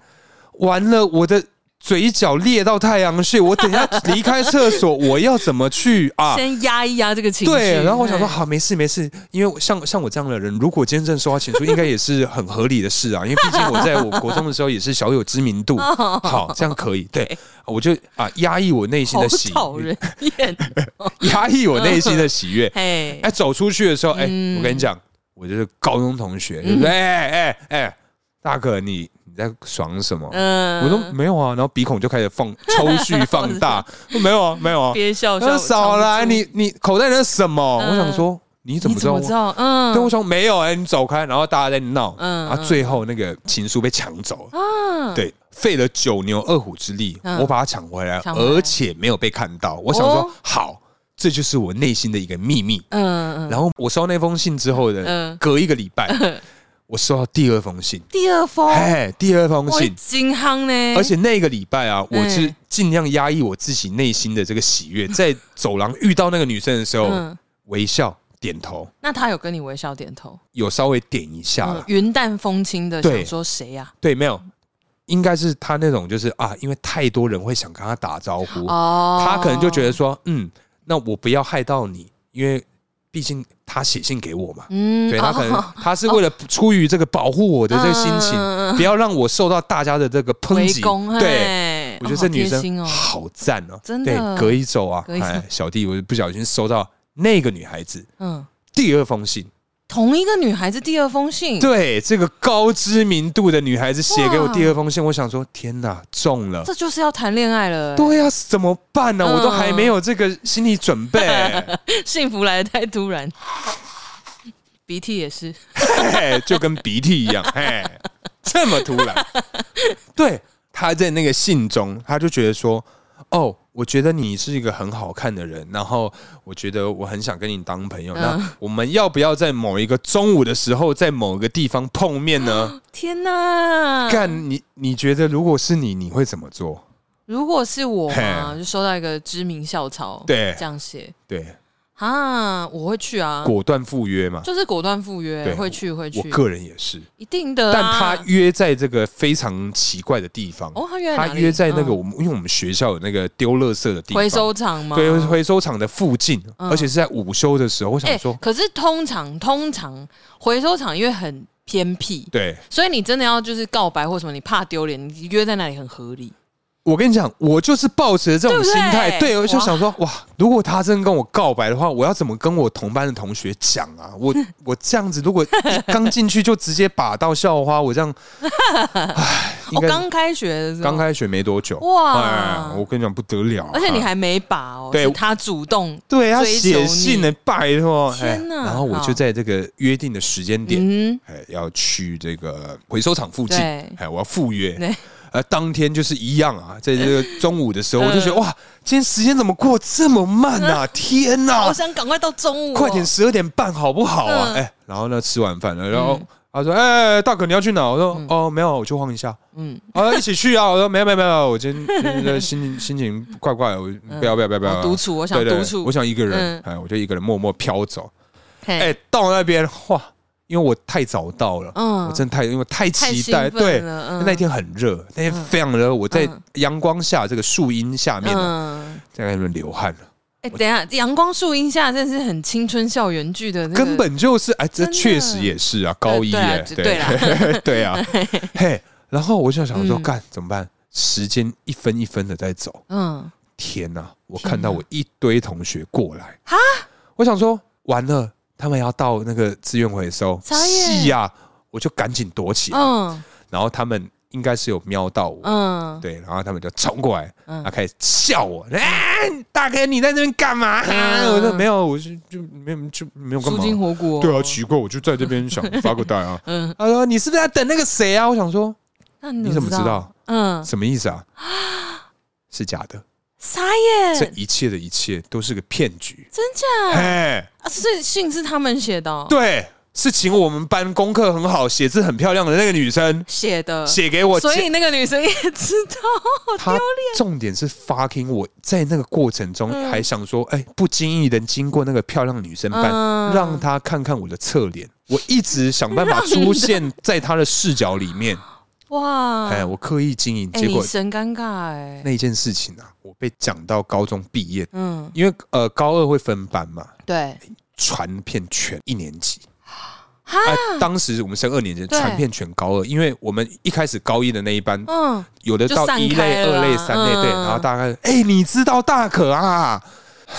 Speaker 2: 完了，我的嘴角裂到太阳穴，我等一下离开厕所，我要怎 么去啊？
Speaker 1: 先压一压这个情绪。
Speaker 2: 对，然后我想说，
Speaker 1: 哎，
Speaker 2: 好，没事没事，因为我像像我这样的人，如果今天真的收到情书，应该也是很合理的事啊，因为毕竟我在我国中的时候也是小有知 名度，
Speaker 1: 哦
Speaker 2: 好，这样可以。对，我就啊压抑我内心
Speaker 1: 好
Speaker 2: 的喜，
Speaker 1: 讨人厌，
Speaker 2: 压抑我内心的喜悦，
Speaker 1: 哎
Speaker 2: 哎，，走出去的时候，哎、
Speaker 1: 嗯
Speaker 2: 我跟你讲，我就是高中同学，就是哎哎哎，大哥，你你在爽什么？
Speaker 1: 嗯
Speaker 2: 我说没有啊，然后鼻孔就开 始放抽蓄放大，没有啊，没有啊，
Speaker 1: 憋笑
Speaker 2: 他
Speaker 1: 笑，
Speaker 2: 说少来，
Speaker 1: 藏不住
Speaker 2: 你你口袋里那是什么？
Speaker 1: 嗯
Speaker 2: 我想说，你怎
Speaker 1: 你
Speaker 2: 么知
Speaker 1: 怎
Speaker 2: 道
Speaker 1: 么
Speaker 2: 我？
Speaker 1: 知道？嗯，
Speaker 2: 对，我想没有哎、你走开，然后大家在闹，
Speaker 1: 嗯
Speaker 2: 啊，最后那个情书被抢走了，
Speaker 1: 啊，
Speaker 2: 对，费了九牛二虎之力，
Speaker 1: 嗯
Speaker 2: 我把它抢回来，
Speaker 1: 抢回来
Speaker 2: 而且没有被看到。我想说
Speaker 1: 哦，
Speaker 2: 好，这就是我内心的一个秘密。
Speaker 1: 嗯嗯，
Speaker 2: 然后我收到那封信之后的
Speaker 1: 嗯
Speaker 2: 隔一个礼拜，我收到第二封信，
Speaker 1: 第二封，
Speaker 2: 哎，第二封
Speaker 1: 哦我
Speaker 2: 信，
Speaker 1: 金夯呢，
Speaker 2: 而且那个礼拜啊，我是
Speaker 1: 嗯
Speaker 2: 尽量压抑我自己内心的这个喜 悦，在走廊遇到那个女生的时候
Speaker 1: 嗯，
Speaker 2: 微笑点头，
Speaker 1: 那他有跟你微笑点头，
Speaker 2: 有稍微点一下
Speaker 1: 嗯
Speaker 2: 啦，
Speaker 1: 云淡风轻的
Speaker 2: 对
Speaker 1: 想说谁啊呀？
Speaker 2: 对，没有，应该是她那种就是啊，因为太多人会想跟她打招呼，
Speaker 1: 哦，
Speaker 2: 她可能就觉得，说，嗯，那我不要害到你，因为毕竟她写信给我嘛，
Speaker 1: 嗯
Speaker 2: 对他可能
Speaker 1: 哦
Speaker 2: 他是为了出于这个保护我的这个心
Speaker 1: 嗯嗯
Speaker 2: 情，
Speaker 1: 嗯
Speaker 2: 不要让我受到大家的这个抨
Speaker 1: 围
Speaker 2: 击。
Speaker 1: 攻，
Speaker 2: 对，
Speaker 1: 嘿
Speaker 2: 我觉得这
Speaker 1: 哦好贴
Speaker 2: 女
Speaker 1: 心
Speaker 2: 生
Speaker 1: 哦，
Speaker 2: 好赞哦，
Speaker 1: 真的
Speaker 2: 对，隔一周啊
Speaker 1: 隔一，周
Speaker 2: 哎，小弟，我不小心收到那个女孩子
Speaker 1: 嗯，
Speaker 2: 第二封信，
Speaker 1: 同一个女孩子第二封信，
Speaker 2: 对，这个高知名度的女孩子写给我
Speaker 1: 哇
Speaker 2: 第二封信，我想说，天哪，中了。
Speaker 1: 这就是要谈恋爱了，
Speaker 2: 对呀、怎么办呢、
Speaker 1: 嗯
Speaker 2: 我都还没有这个心理准备、
Speaker 1: 幸福来的太突然， 鼻涕也是，
Speaker 2: 嘿， 就跟鼻涕一样，嘿，这 么突然。对，他在那个信中，他就觉得说，哦，我觉得你是一个很好看的人，然后我觉得我很想跟你当朋友。
Speaker 1: 嗯
Speaker 2: 那我们要不要在某一个中午的时候，在某个地方碰面呢？
Speaker 1: 天哪！
Speaker 2: 干，你你觉得如果是你，你会怎么做？
Speaker 1: 如果是我嘛，
Speaker 2: 嘿
Speaker 1: 就收到一个知名校草，
Speaker 2: 对
Speaker 1: 这样写
Speaker 2: 对，
Speaker 1: 啊，我会去啊，
Speaker 2: 果断赴约嘛。
Speaker 1: 就是果断赴约，
Speaker 2: 对
Speaker 1: 会去会去
Speaker 2: 我，个人也是，
Speaker 1: 一定的、啊。
Speaker 2: 但他约在这个非常奇怪的地方。
Speaker 1: 哦，他约
Speaker 2: 他
Speaker 1: 哪里
Speaker 2: 约在那个
Speaker 1: 嗯
Speaker 2: 我们，因为我们学校有那个丢垃圾的地方，
Speaker 1: 回收厂吗？
Speaker 2: 对回收厂的附近，
Speaker 1: 嗯
Speaker 2: 而且是在午休的时候。我
Speaker 1: 哎、
Speaker 2: 想说，
Speaker 1: 可是通常通常回收厂因为很偏僻，
Speaker 2: 对
Speaker 1: 所以你真的要就是告白或什么，你怕丢脸，你约在那里很合理。
Speaker 2: 我跟你讲，我就是抱持这种心态，
Speaker 1: 对不对
Speaker 2: 对，我就
Speaker 1: 哇
Speaker 2: 想说，哇，如果他真跟我告白的话，我要怎么跟我同班的同学讲啊？我我这样子，如果一刚进去就直接把到校花，我 这样，唉，应
Speaker 1: 我、
Speaker 2: 该
Speaker 1: 哦刚开学的时候，
Speaker 2: 刚开学没多久，
Speaker 1: 嗯哇
Speaker 2: 哎我跟你讲不得了啊，
Speaker 1: 而且你还没把哦，
Speaker 2: 对
Speaker 1: 是他主动，
Speaker 2: 对他
Speaker 1: 追求
Speaker 2: 写信呢，拜托，哎
Speaker 1: 天哪
Speaker 2: 然后我就
Speaker 1: 好
Speaker 2: 在这个约定的时间点，
Speaker 1: 嗯，
Speaker 2: 哎，要去这个回收厂附近
Speaker 1: 对，
Speaker 2: 哎，我要赴约
Speaker 1: 对。
Speaker 2: 呃，当天就是一样啊，在这个中午的时候，我就觉得
Speaker 1: 嗯
Speaker 2: 哇，今天时间怎么过这么慢 啊？天哪
Speaker 1: 好，想赶快到中午哦、
Speaker 2: 快点十二点半好不好啊？
Speaker 1: 嗯
Speaker 2: 哎，然后呢，吃完饭了，然后
Speaker 1: 嗯
Speaker 2: 他说：“哎，大可你要去哪？”我说：“哦，没有，我去晃一下。”
Speaker 1: 嗯，
Speaker 2: 啊，一起去啊！我说：“没有，没有，没有，我今 天今天的心情心情怪怪的，我不要，不要，不要，不要。”
Speaker 1: 我哦独处，我想
Speaker 2: 对对
Speaker 1: 独
Speaker 2: 对
Speaker 1: 处，
Speaker 2: 我想一个人
Speaker 1: 嗯，
Speaker 2: 哎，我就一个人默默飘走。
Speaker 1: 嘿
Speaker 2: 哎，到那边哇，因为我太早到了，
Speaker 1: 嗯
Speaker 2: 我真的太因为太
Speaker 1: 太
Speaker 2: 期
Speaker 1: 兴
Speaker 2: 待，
Speaker 1: 奋
Speaker 2: 对。
Speaker 1: 了嗯
Speaker 2: 那天很热，那天非常热，我在
Speaker 1: 嗯
Speaker 2: 阳光下这个树荫下面啊呢，
Speaker 1: 嗯，
Speaker 2: 在那边流汗了，
Speaker 1: 哎、等一下，阳光树荫下，真是很青春校园剧的、那个
Speaker 2: 根本就是哎，这
Speaker 1: 真的
Speaker 2: 确实也是啊，高一
Speaker 1: 对啊
Speaker 2: 哎，
Speaker 1: 就对
Speaker 2: 对 对啊，嘿，然后我就想说，
Speaker 1: 嗯
Speaker 2: 干怎么办？时间一分一分的在走，
Speaker 1: 嗯，
Speaker 2: 天呐、我
Speaker 1: 天
Speaker 2: 看到
Speaker 1: 哪
Speaker 2: 我一堆同学过来啊！我想说完了，他们要到那个资源回收，
Speaker 1: 傻眼
Speaker 2: 呀、我就赶紧躲起来。
Speaker 1: 嗯
Speaker 2: 然后他们应该是有瞄到我，
Speaker 1: 嗯，
Speaker 2: 对，然后他们就冲过来，
Speaker 1: 嗯
Speaker 2: 他开始笑我，哎、大哥你在这边干嘛、
Speaker 1: 嗯
Speaker 2: 我说没有，我是就没有就没有干
Speaker 1: 舒
Speaker 2: 嘛。
Speaker 1: 筋活骨、哦，
Speaker 2: 对啊，奇怪，我就在这边想发个呆啊。
Speaker 1: 嗯，
Speaker 2: 他说你是不是在等那个谁啊？我想说
Speaker 1: 那你
Speaker 2: 你怎么知道？？
Speaker 1: 嗯，
Speaker 2: 什么意思啊？ 是假的。
Speaker 1: 傻
Speaker 2: 这
Speaker 1: 眼，
Speaker 2: 一切的一切都是个骗局。
Speaker 1: 真假？
Speaker 2: 哎，
Speaker 1: 啊，所以信是他们写的、哦，，
Speaker 2: 对，是请我们班功课很好、写字很漂亮的那个女生
Speaker 1: 写的，
Speaker 2: 写给我，
Speaker 1: 嗯所以那个女生也知道，
Speaker 2: 她重点是 fucking 我在那个过程中
Speaker 1: 嗯
Speaker 2: 还想说，哎，不经意的经过那个漂亮女生班，
Speaker 1: 嗯
Speaker 2: 让她看看我的侧脸。我一直想办法出现在她的视角里面，
Speaker 1: 哇，
Speaker 2: 哎，我刻意经营，
Speaker 1: 嗯哎
Speaker 2: 结果
Speaker 1: 你神尴尬哎、
Speaker 2: 那件事情啊，我被讲到高中毕业，
Speaker 1: 嗯，
Speaker 2: 因为呃高二会分班嘛，
Speaker 1: 对，
Speaker 2: 传遍全一年级。
Speaker 1: 哈，
Speaker 2: 啊，当时我们升二年级，
Speaker 1: 对
Speaker 2: 传遍全高二，因为我们一开始高一的那一班，
Speaker 1: 嗯，
Speaker 2: 有的
Speaker 1: 就
Speaker 2: 到
Speaker 1: 散
Speaker 2: 一类、
Speaker 1: 开了
Speaker 2: 二
Speaker 1: 啦
Speaker 2: 类、三类，对，
Speaker 1: 嗯
Speaker 2: 然后大概，哎、你知道大可啊？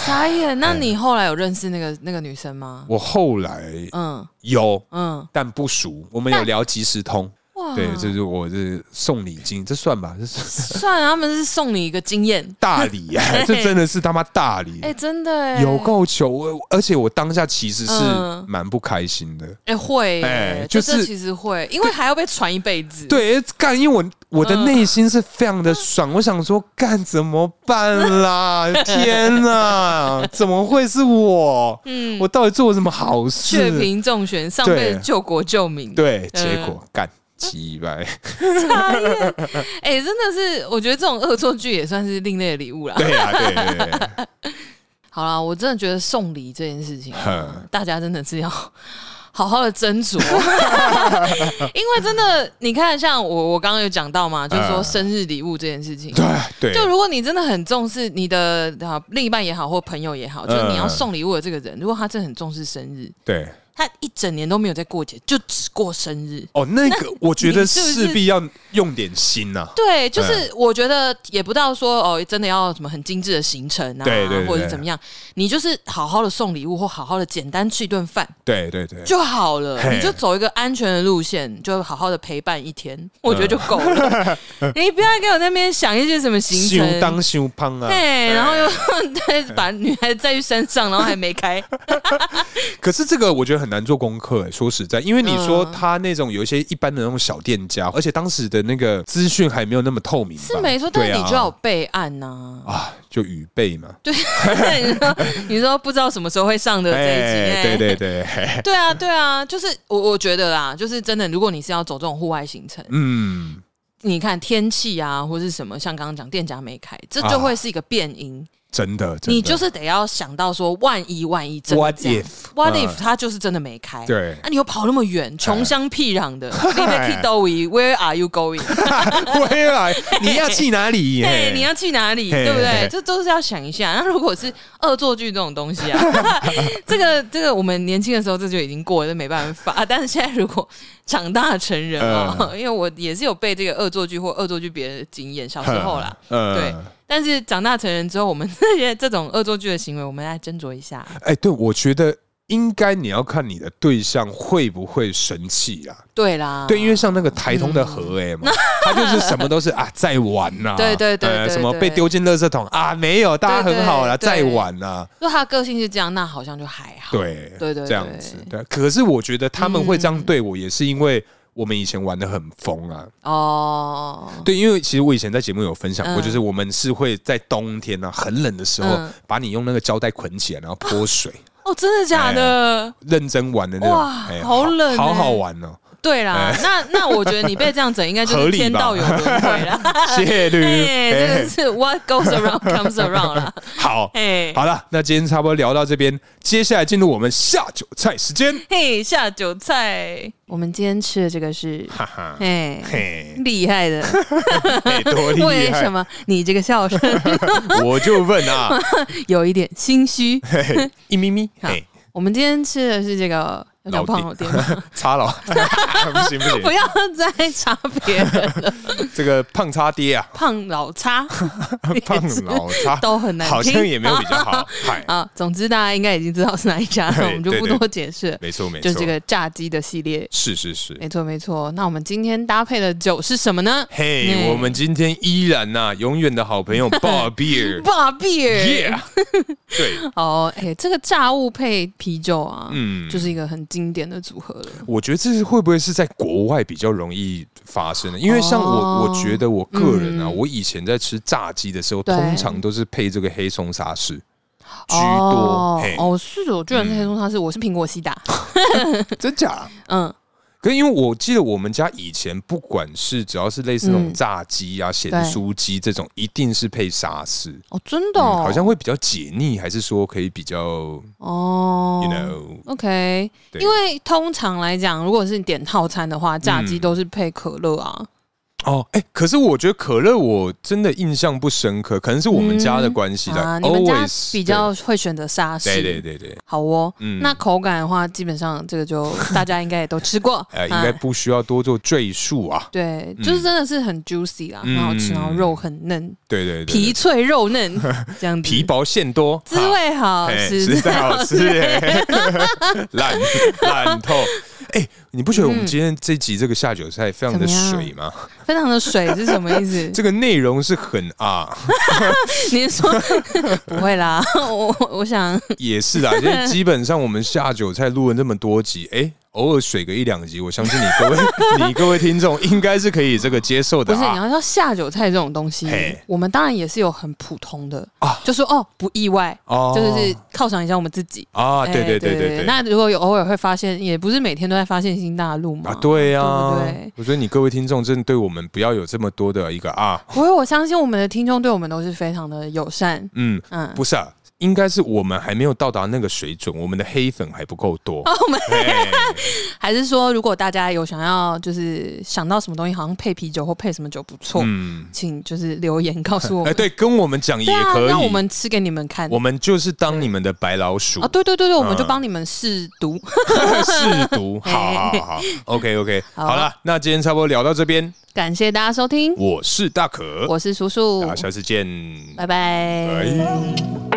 Speaker 1: 傻眼，那你后来有认识那个那个女生吗？
Speaker 2: 我后来
Speaker 1: 嗯
Speaker 2: 有，
Speaker 1: 嗯，
Speaker 2: 但不熟，我们有聊即时通，
Speaker 1: 哇，
Speaker 2: 对，这是我这送礼金，这算吧，这 是
Speaker 1: 算了，他们是送你一个经 验，
Speaker 2: 大礼、哎，这真的是他妈大礼。
Speaker 1: 哎、真的哎、
Speaker 2: 有够糗，我而且我当下其实是
Speaker 1: 嗯
Speaker 2: 蛮不开心的。
Speaker 1: 哎、会
Speaker 2: 哎
Speaker 1: 哎、就
Speaker 2: 就
Speaker 1: 是是其实会，因为还要被传一辈子。，
Speaker 2: 对，哎干，因为我我的
Speaker 1: 嗯
Speaker 2: 内心是非常的爽，我想说干怎么办 啦？天哪，怎么会是我？
Speaker 1: 嗯，
Speaker 2: 我到底做了什么好
Speaker 1: 血
Speaker 2: 事？
Speaker 1: 贫中选，上辈
Speaker 2: 对
Speaker 1: 子救国救民。，
Speaker 2: 对，
Speaker 1: 嗯
Speaker 2: 结果干鸡掰，
Speaker 1: 哎、真的是，我觉得这种恶作剧也算是另类的礼物啦。
Speaker 2: 对呀，对对对对，
Speaker 1: 好啦，我真的觉得送礼这件事情啊，
Speaker 2: 哼
Speaker 1: 大家真的是要 好好的斟酌， 因为真的，你看，像我我刚刚有讲到嘛，就是说
Speaker 2: 嗯
Speaker 1: 生日礼物这件事情。
Speaker 2: 对
Speaker 1: 就
Speaker 2: 对，
Speaker 1: 如果你真的很重视你的啊另一半也好，或朋友也好，就是你
Speaker 2: 嗯
Speaker 1: 要送礼物的这个人，如果他真的很重视生日，
Speaker 2: 对。
Speaker 1: 他一整年都没有在过节，就只过生日。
Speaker 2: 哦，那个我觉得
Speaker 1: 你是不是
Speaker 2: 势必要用点心啊呐。
Speaker 1: 对，就是我觉得也不到说哦，真的要什么很精致的行程啊，
Speaker 2: 对对对
Speaker 1: 或者是怎么样，你就是好好的送礼物，或好好的简单吃一顿饭
Speaker 2: 对对对，
Speaker 1: 就好了，
Speaker 2: 嘿
Speaker 1: 你就走一个安全的路线，就好好的陪伴一天，我觉得就够了。 你不要给我在那边想一些什么行
Speaker 2: 修
Speaker 1: 程，
Speaker 2: 嗯当修胖啊。
Speaker 1: 对，然后 又对把女孩子载去山上，然后还没开，
Speaker 2: 可是这个我觉得很很难做功课、欸。说实在，因为你说
Speaker 1: 嗯
Speaker 2: 他那种有一些一般的那种小店家，而且当时的那个资讯还没有那么透明吧，
Speaker 1: 是没错，但
Speaker 2: 对
Speaker 1: 是你
Speaker 2: 啊
Speaker 1: 就要有备案呐、
Speaker 2: 啊，就预备嘛，
Speaker 1: 对， 你说 你说不知道什么时候会上的这一集，哎
Speaker 2: 对对对，嘿
Speaker 1: 对啊，对啊，就是我我觉得啦，就是真的，如果你是要走这种户外行程，
Speaker 2: 嗯，
Speaker 1: 你看天气啊，或是什么，像刚刚讲店家没开，这就会是一个变因。
Speaker 2: 真的，啊真的
Speaker 1: 你就是得要想到说，万一万一真的
Speaker 2: What
Speaker 1: 这样
Speaker 2: if？
Speaker 1: What
Speaker 2: 嗯
Speaker 1: if 他就是真的没开？
Speaker 2: 对哎
Speaker 1: 啊，你又跑那么远，穷乡僻壤 的，你在 k i d o w i Where are you going？
Speaker 2: 回 来，你要去哪里？
Speaker 1: 对
Speaker 2: 嘿，
Speaker 1: 你要去哪里，
Speaker 2: 嘿
Speaker 1: 对不
Speaker 2: 嘿
Speaker 1: 对
Speaker 2: 嘿？
Speaker 1: 这都是要想一下。那如果是恶作剧这种东西 啊，这个这个我们年轻的时候这就已经过了，这没办法。啊但是现在如果长大成人哦，
Speaker 2: 嗯
Speaker 1: 因为我也是有被这个恶作剧或恶作剧别人的经验，小时候啦。
Speaker 2: 嗯
Speaker 1: 对，但是长大成人之后，我们这些这种恶作剧的行为，我们来斟酌一下。
Speaker 2: 哎、对，我觉得应该你要看你的对象会不会生气啦。
Speaker 1: 对啦，
Speaker 2: 对，因为像那
Speaker 1: 啊
Speaker 2: 个台
Speaker 1: 嗯
Speaker 2: 通的何哎嘛，他就是什么都是啊，在玩呐、 呃
Speaker 1: 对对对对
Speaker 2: 什么
Speaker 1: 对
Speaker 2: 被丢进垃圾桶啊，没有，大家
Speaker 1: 对对
Speaker 2: 很好啦，
Speaker 1: 对
Speaker 2: 在玩呐、
Speaker 1: 如果他的个性是这样，那好像就还好。
Speaker 2: 对
Speaker 1: 对对嗯
Speaker 2: 这样子。对，啊可是我觉得他们会这样对我，也是因为我们以前玩的很疯啊。
Speaker 1: 哦，
Speaker 2: 对，因为其实我以前在节目有分享过，
Speaker 1: 嗯
Speaker 2: 就是我们是会在冬天啊，很冷的时候
Speaker 1: 嗯，
Speaker 2: 把你用那个胶带捆起来，然后泼水，
Speaker 1: 哦，真的假的？
Speaker 2: 认真玩的那种。
Speaker 1: 哇
Speaker 2: 哎
Speaker 1: 好冷
Speaker 2: 好
Speaker 1: 欸
Speaker 2: 好玩哦！
Speaker 1: 对啦，那那我觉得你被这样整，应该就是天道有轮回啦。
Speaker 2: 谢律，
Speaker 1: 哎，这
Speaker 2: 哎
Speaker 1: 个是 what goes around comes around 啦。
Speaker 2: 好，
Speaker 1: 哎，
Speaker 2: 好了，那今天差不多聊到这边，接下来进入我们下酒菜时间，
Speaker 1: 嘿，下酒菜，我们今天吃的这个是，
Speaker 2: 哈哈，
Speaker 1: 哎，
Speaker 2: 嘿，
Speaker 1: 厉害的。
Speaker 2: 嘿多 厉害！
Speaker 1: 为什么你这个笑声
Speaker 2: 我就问啊，
Speaker 1: 有一点心 虚？
Speaker 2: 嘿嘿一咪咪，
Speaker 1: 好
Speaker 2: 嘿，
Speaker 1: 我们今天吃的是这个要讲胖老
Speaker 2: 老
Speaker 1: 爹
Speaker 2: 爹
Speaker 1: 吗？
Speaker 2: 差了，不行不
Speaker 1: 不
Speaker 2: 行，
Speaker 1: 要再差别 人了，
Speaker 2: 这个胖叉 爹啊，
Speaker 1: 胖老差
Speaker 2: 胖老叉
Speaker 1: 都很难听
Speaker 2: 好像也没有比较好，嗨，
Speaker 1: 啊。总之大家应该已经知道是哪一家了，
Speaker 2: 对
Speaker 1: 我们就不
Speaker 2: 哎对对
Speaker 1: 多解释了。
Speaker 2: 没错没
Speaker 1: 就
Speaker 2: 错，
Speaker 1: 是这个哎炸鸡的系列
Speaker 2: 是是是，
Speaker 1: 没错，没错。那我们今天搭配的酒是什么呢？
Speaker 2: 嘿、
Speaker 1: 嗯
Speaker 2: 我们今天依然呐、永远的好 朋友 Bob Beer，
Speaker 1: 爸比尔。
Speaker 2: yeah，对，
Speaker 1: 哦，哎、这个炸物配啤酒啊，
Speaker 2: 嗯，
Speaker 1: 就是一个很经典的组合了。
Speaker 2: 我觉得这是会不会是在国外比较容易发生的？因为像我，
Speaker 1: 哦
Speaker 2: 我觉得我个人啊，
Speaker 1: 嗯
Speaker 2: 我以前在吃炸鸡的时候，
Speaker 1: 对
Speaker 2: 通常都是配这个黑松沙士嗯居多
Speaker 1: 哦，
Speaker 2: 嘿，嗯
Speaker 1: 哦，是，我居然是黑松沙士，我是苹果 西打。
Speaker 2: 真假？
Speaker 1: 嗯，
Speaker 2: 可是因为我记得我们家以前不管是只要是类似那种
Speaker 1: 嗯
Speaker 2: 炸鸡啊、咸
Speaker 1: 对
Speaker 2: 酥鸡这种，一定是配沙士。
Speaker 1: 哦，真的、
Speaker 2: 嗯
Speaker 1: 哦
Speaker 2: 好像会比较解腻，还是说可以比较
Speaker 1: 哦。
Speaker 2: ，you know，
Speaker 1: OK，
Speaker 2: 对
Speaker 1: 因为通常来讲，如果是你点套餐的话，炸鸡
Speaker 2: 嗯
Speaker 1: 都是配可乐啊。
Speaker 2: 哦，哎、可是我觉得可乐我真的印象不深刻，可能是我们家的关系
Speaker 1: 啊，
Speaker 2: 啦。
Speaker 1: 你们家
Speaker 2: always
Speaker 1: 比较会选择沙士。
Speaker 2: 对对对对对，
Speaker 1: 好哦，
Speaker 2: 嗯
Speaker 1: 那口感的话，基本上这个就大家应该也都吃过，
Speaker 2: 呃，应
Speaker 1: 啊
Speaker 2: 该不需要多做赘述啊。
Speaker 1: 对，
Speaker 2: 嗯
Speaker 1: 就是真的是很 juicy 啦，
Speaker 2: 嗯
Speaker 1: 很好吃，然后肉很嫩，
Speaker 2: 对对对对，
Speaker 1: 皮脆肉嫩 这样子，
Speaker 2: 皮薄馅多，
Speaker 1: 滋味好
Speaker 2: 啊哎
Speaker 1: 吃，
Speaker 2: 实在好吃，哎 烂烂透。哎，你不觉得我们
Speaker 1: 嗯
Speaker 2: 今天这集这个下酒菜非常的
Speaker 1: 怎么样
Speaker 2: 水吗？
Speaker 1: 非常的水是什么意思？
Speaker 2: 这个内容是很啊，
Speaker 1: 你是说不会啦， 我我想
Speaker 2: 也是 啊啦。因为基本上我们下酒菜录了那么多集，哎，偶尔水个一两集，我相信你各位 你各位听众应该是可以这个接受
Speaker 1: 不
Speaker 2: 的
Speaker 1: 是你
Speaker 2: 啊。
Speaker 1: 要要下酒菜这种东西
Speaker 2: 嘿，
Speaker 1: 我们当然也是有很普通的
Speaker 2: 啊
Speaker 1: 就说哦不意外，
Speaker 2: 哦
Speaker 1: 就是犒赏一下我们自己。
Speaker 2: 啊，对
Speaker 1: 哎
Speaker 2: 对对对
Speaker 1: 对
Speaker 2: 对，
Speaker 1: 那如果有偶尔会发现，也不是每天都在发现新大陆嘛。
Speaker 2: 啊，对呀、
Speaker 1: 对不对
Speaker 2: 我觉得你各位听众真的对我们不要有这么多的一个啊，
Speaker 1: 不过我相信我们的听众对我们都是非常的友善。
Speaker 2: 嗯，
Speaker 1: 嗯，
Speaker 2: 不是啊，应该是我们还没有到达那个水准，我们的黑粉还不够多。
Speaker 1: 我们
Speaker 2: 哎
Speaker 1: 还是说，如果大家有想要就是想到什么东西，好像配啤酒或配什么酒不错，
Speaker 2: 嗯，
Speaker 1: 请就是留言告诉我
Speaker 2: 哎，
Speaker 1: 们。
Speaker 2: 对，跟我们讲也
Speaker 1: 对啊
Speaker 2: 可，以，
Speaker 1: 让我们吃给你们看。
Speaker 2: 我们就是当你们的白老鼠
Speaker 1: 啊，，对对对对，我们就
Speaker 2: 嗯
Speaker 1: 帮你们试毒。
Speaker 2: 试毒。好好好好，OK OK，
Speaker 1: 哎好
Speaker 2: 好了，那今天差不多聊到这边，
Speaker 1: 感谢大家收听，
Speaker 2: 我是大可，
Speaker 1: 我是叔叔
Speaker 2: 大家，下次见，
Speaker 1: 拜拜。
Speaker 2: 拜。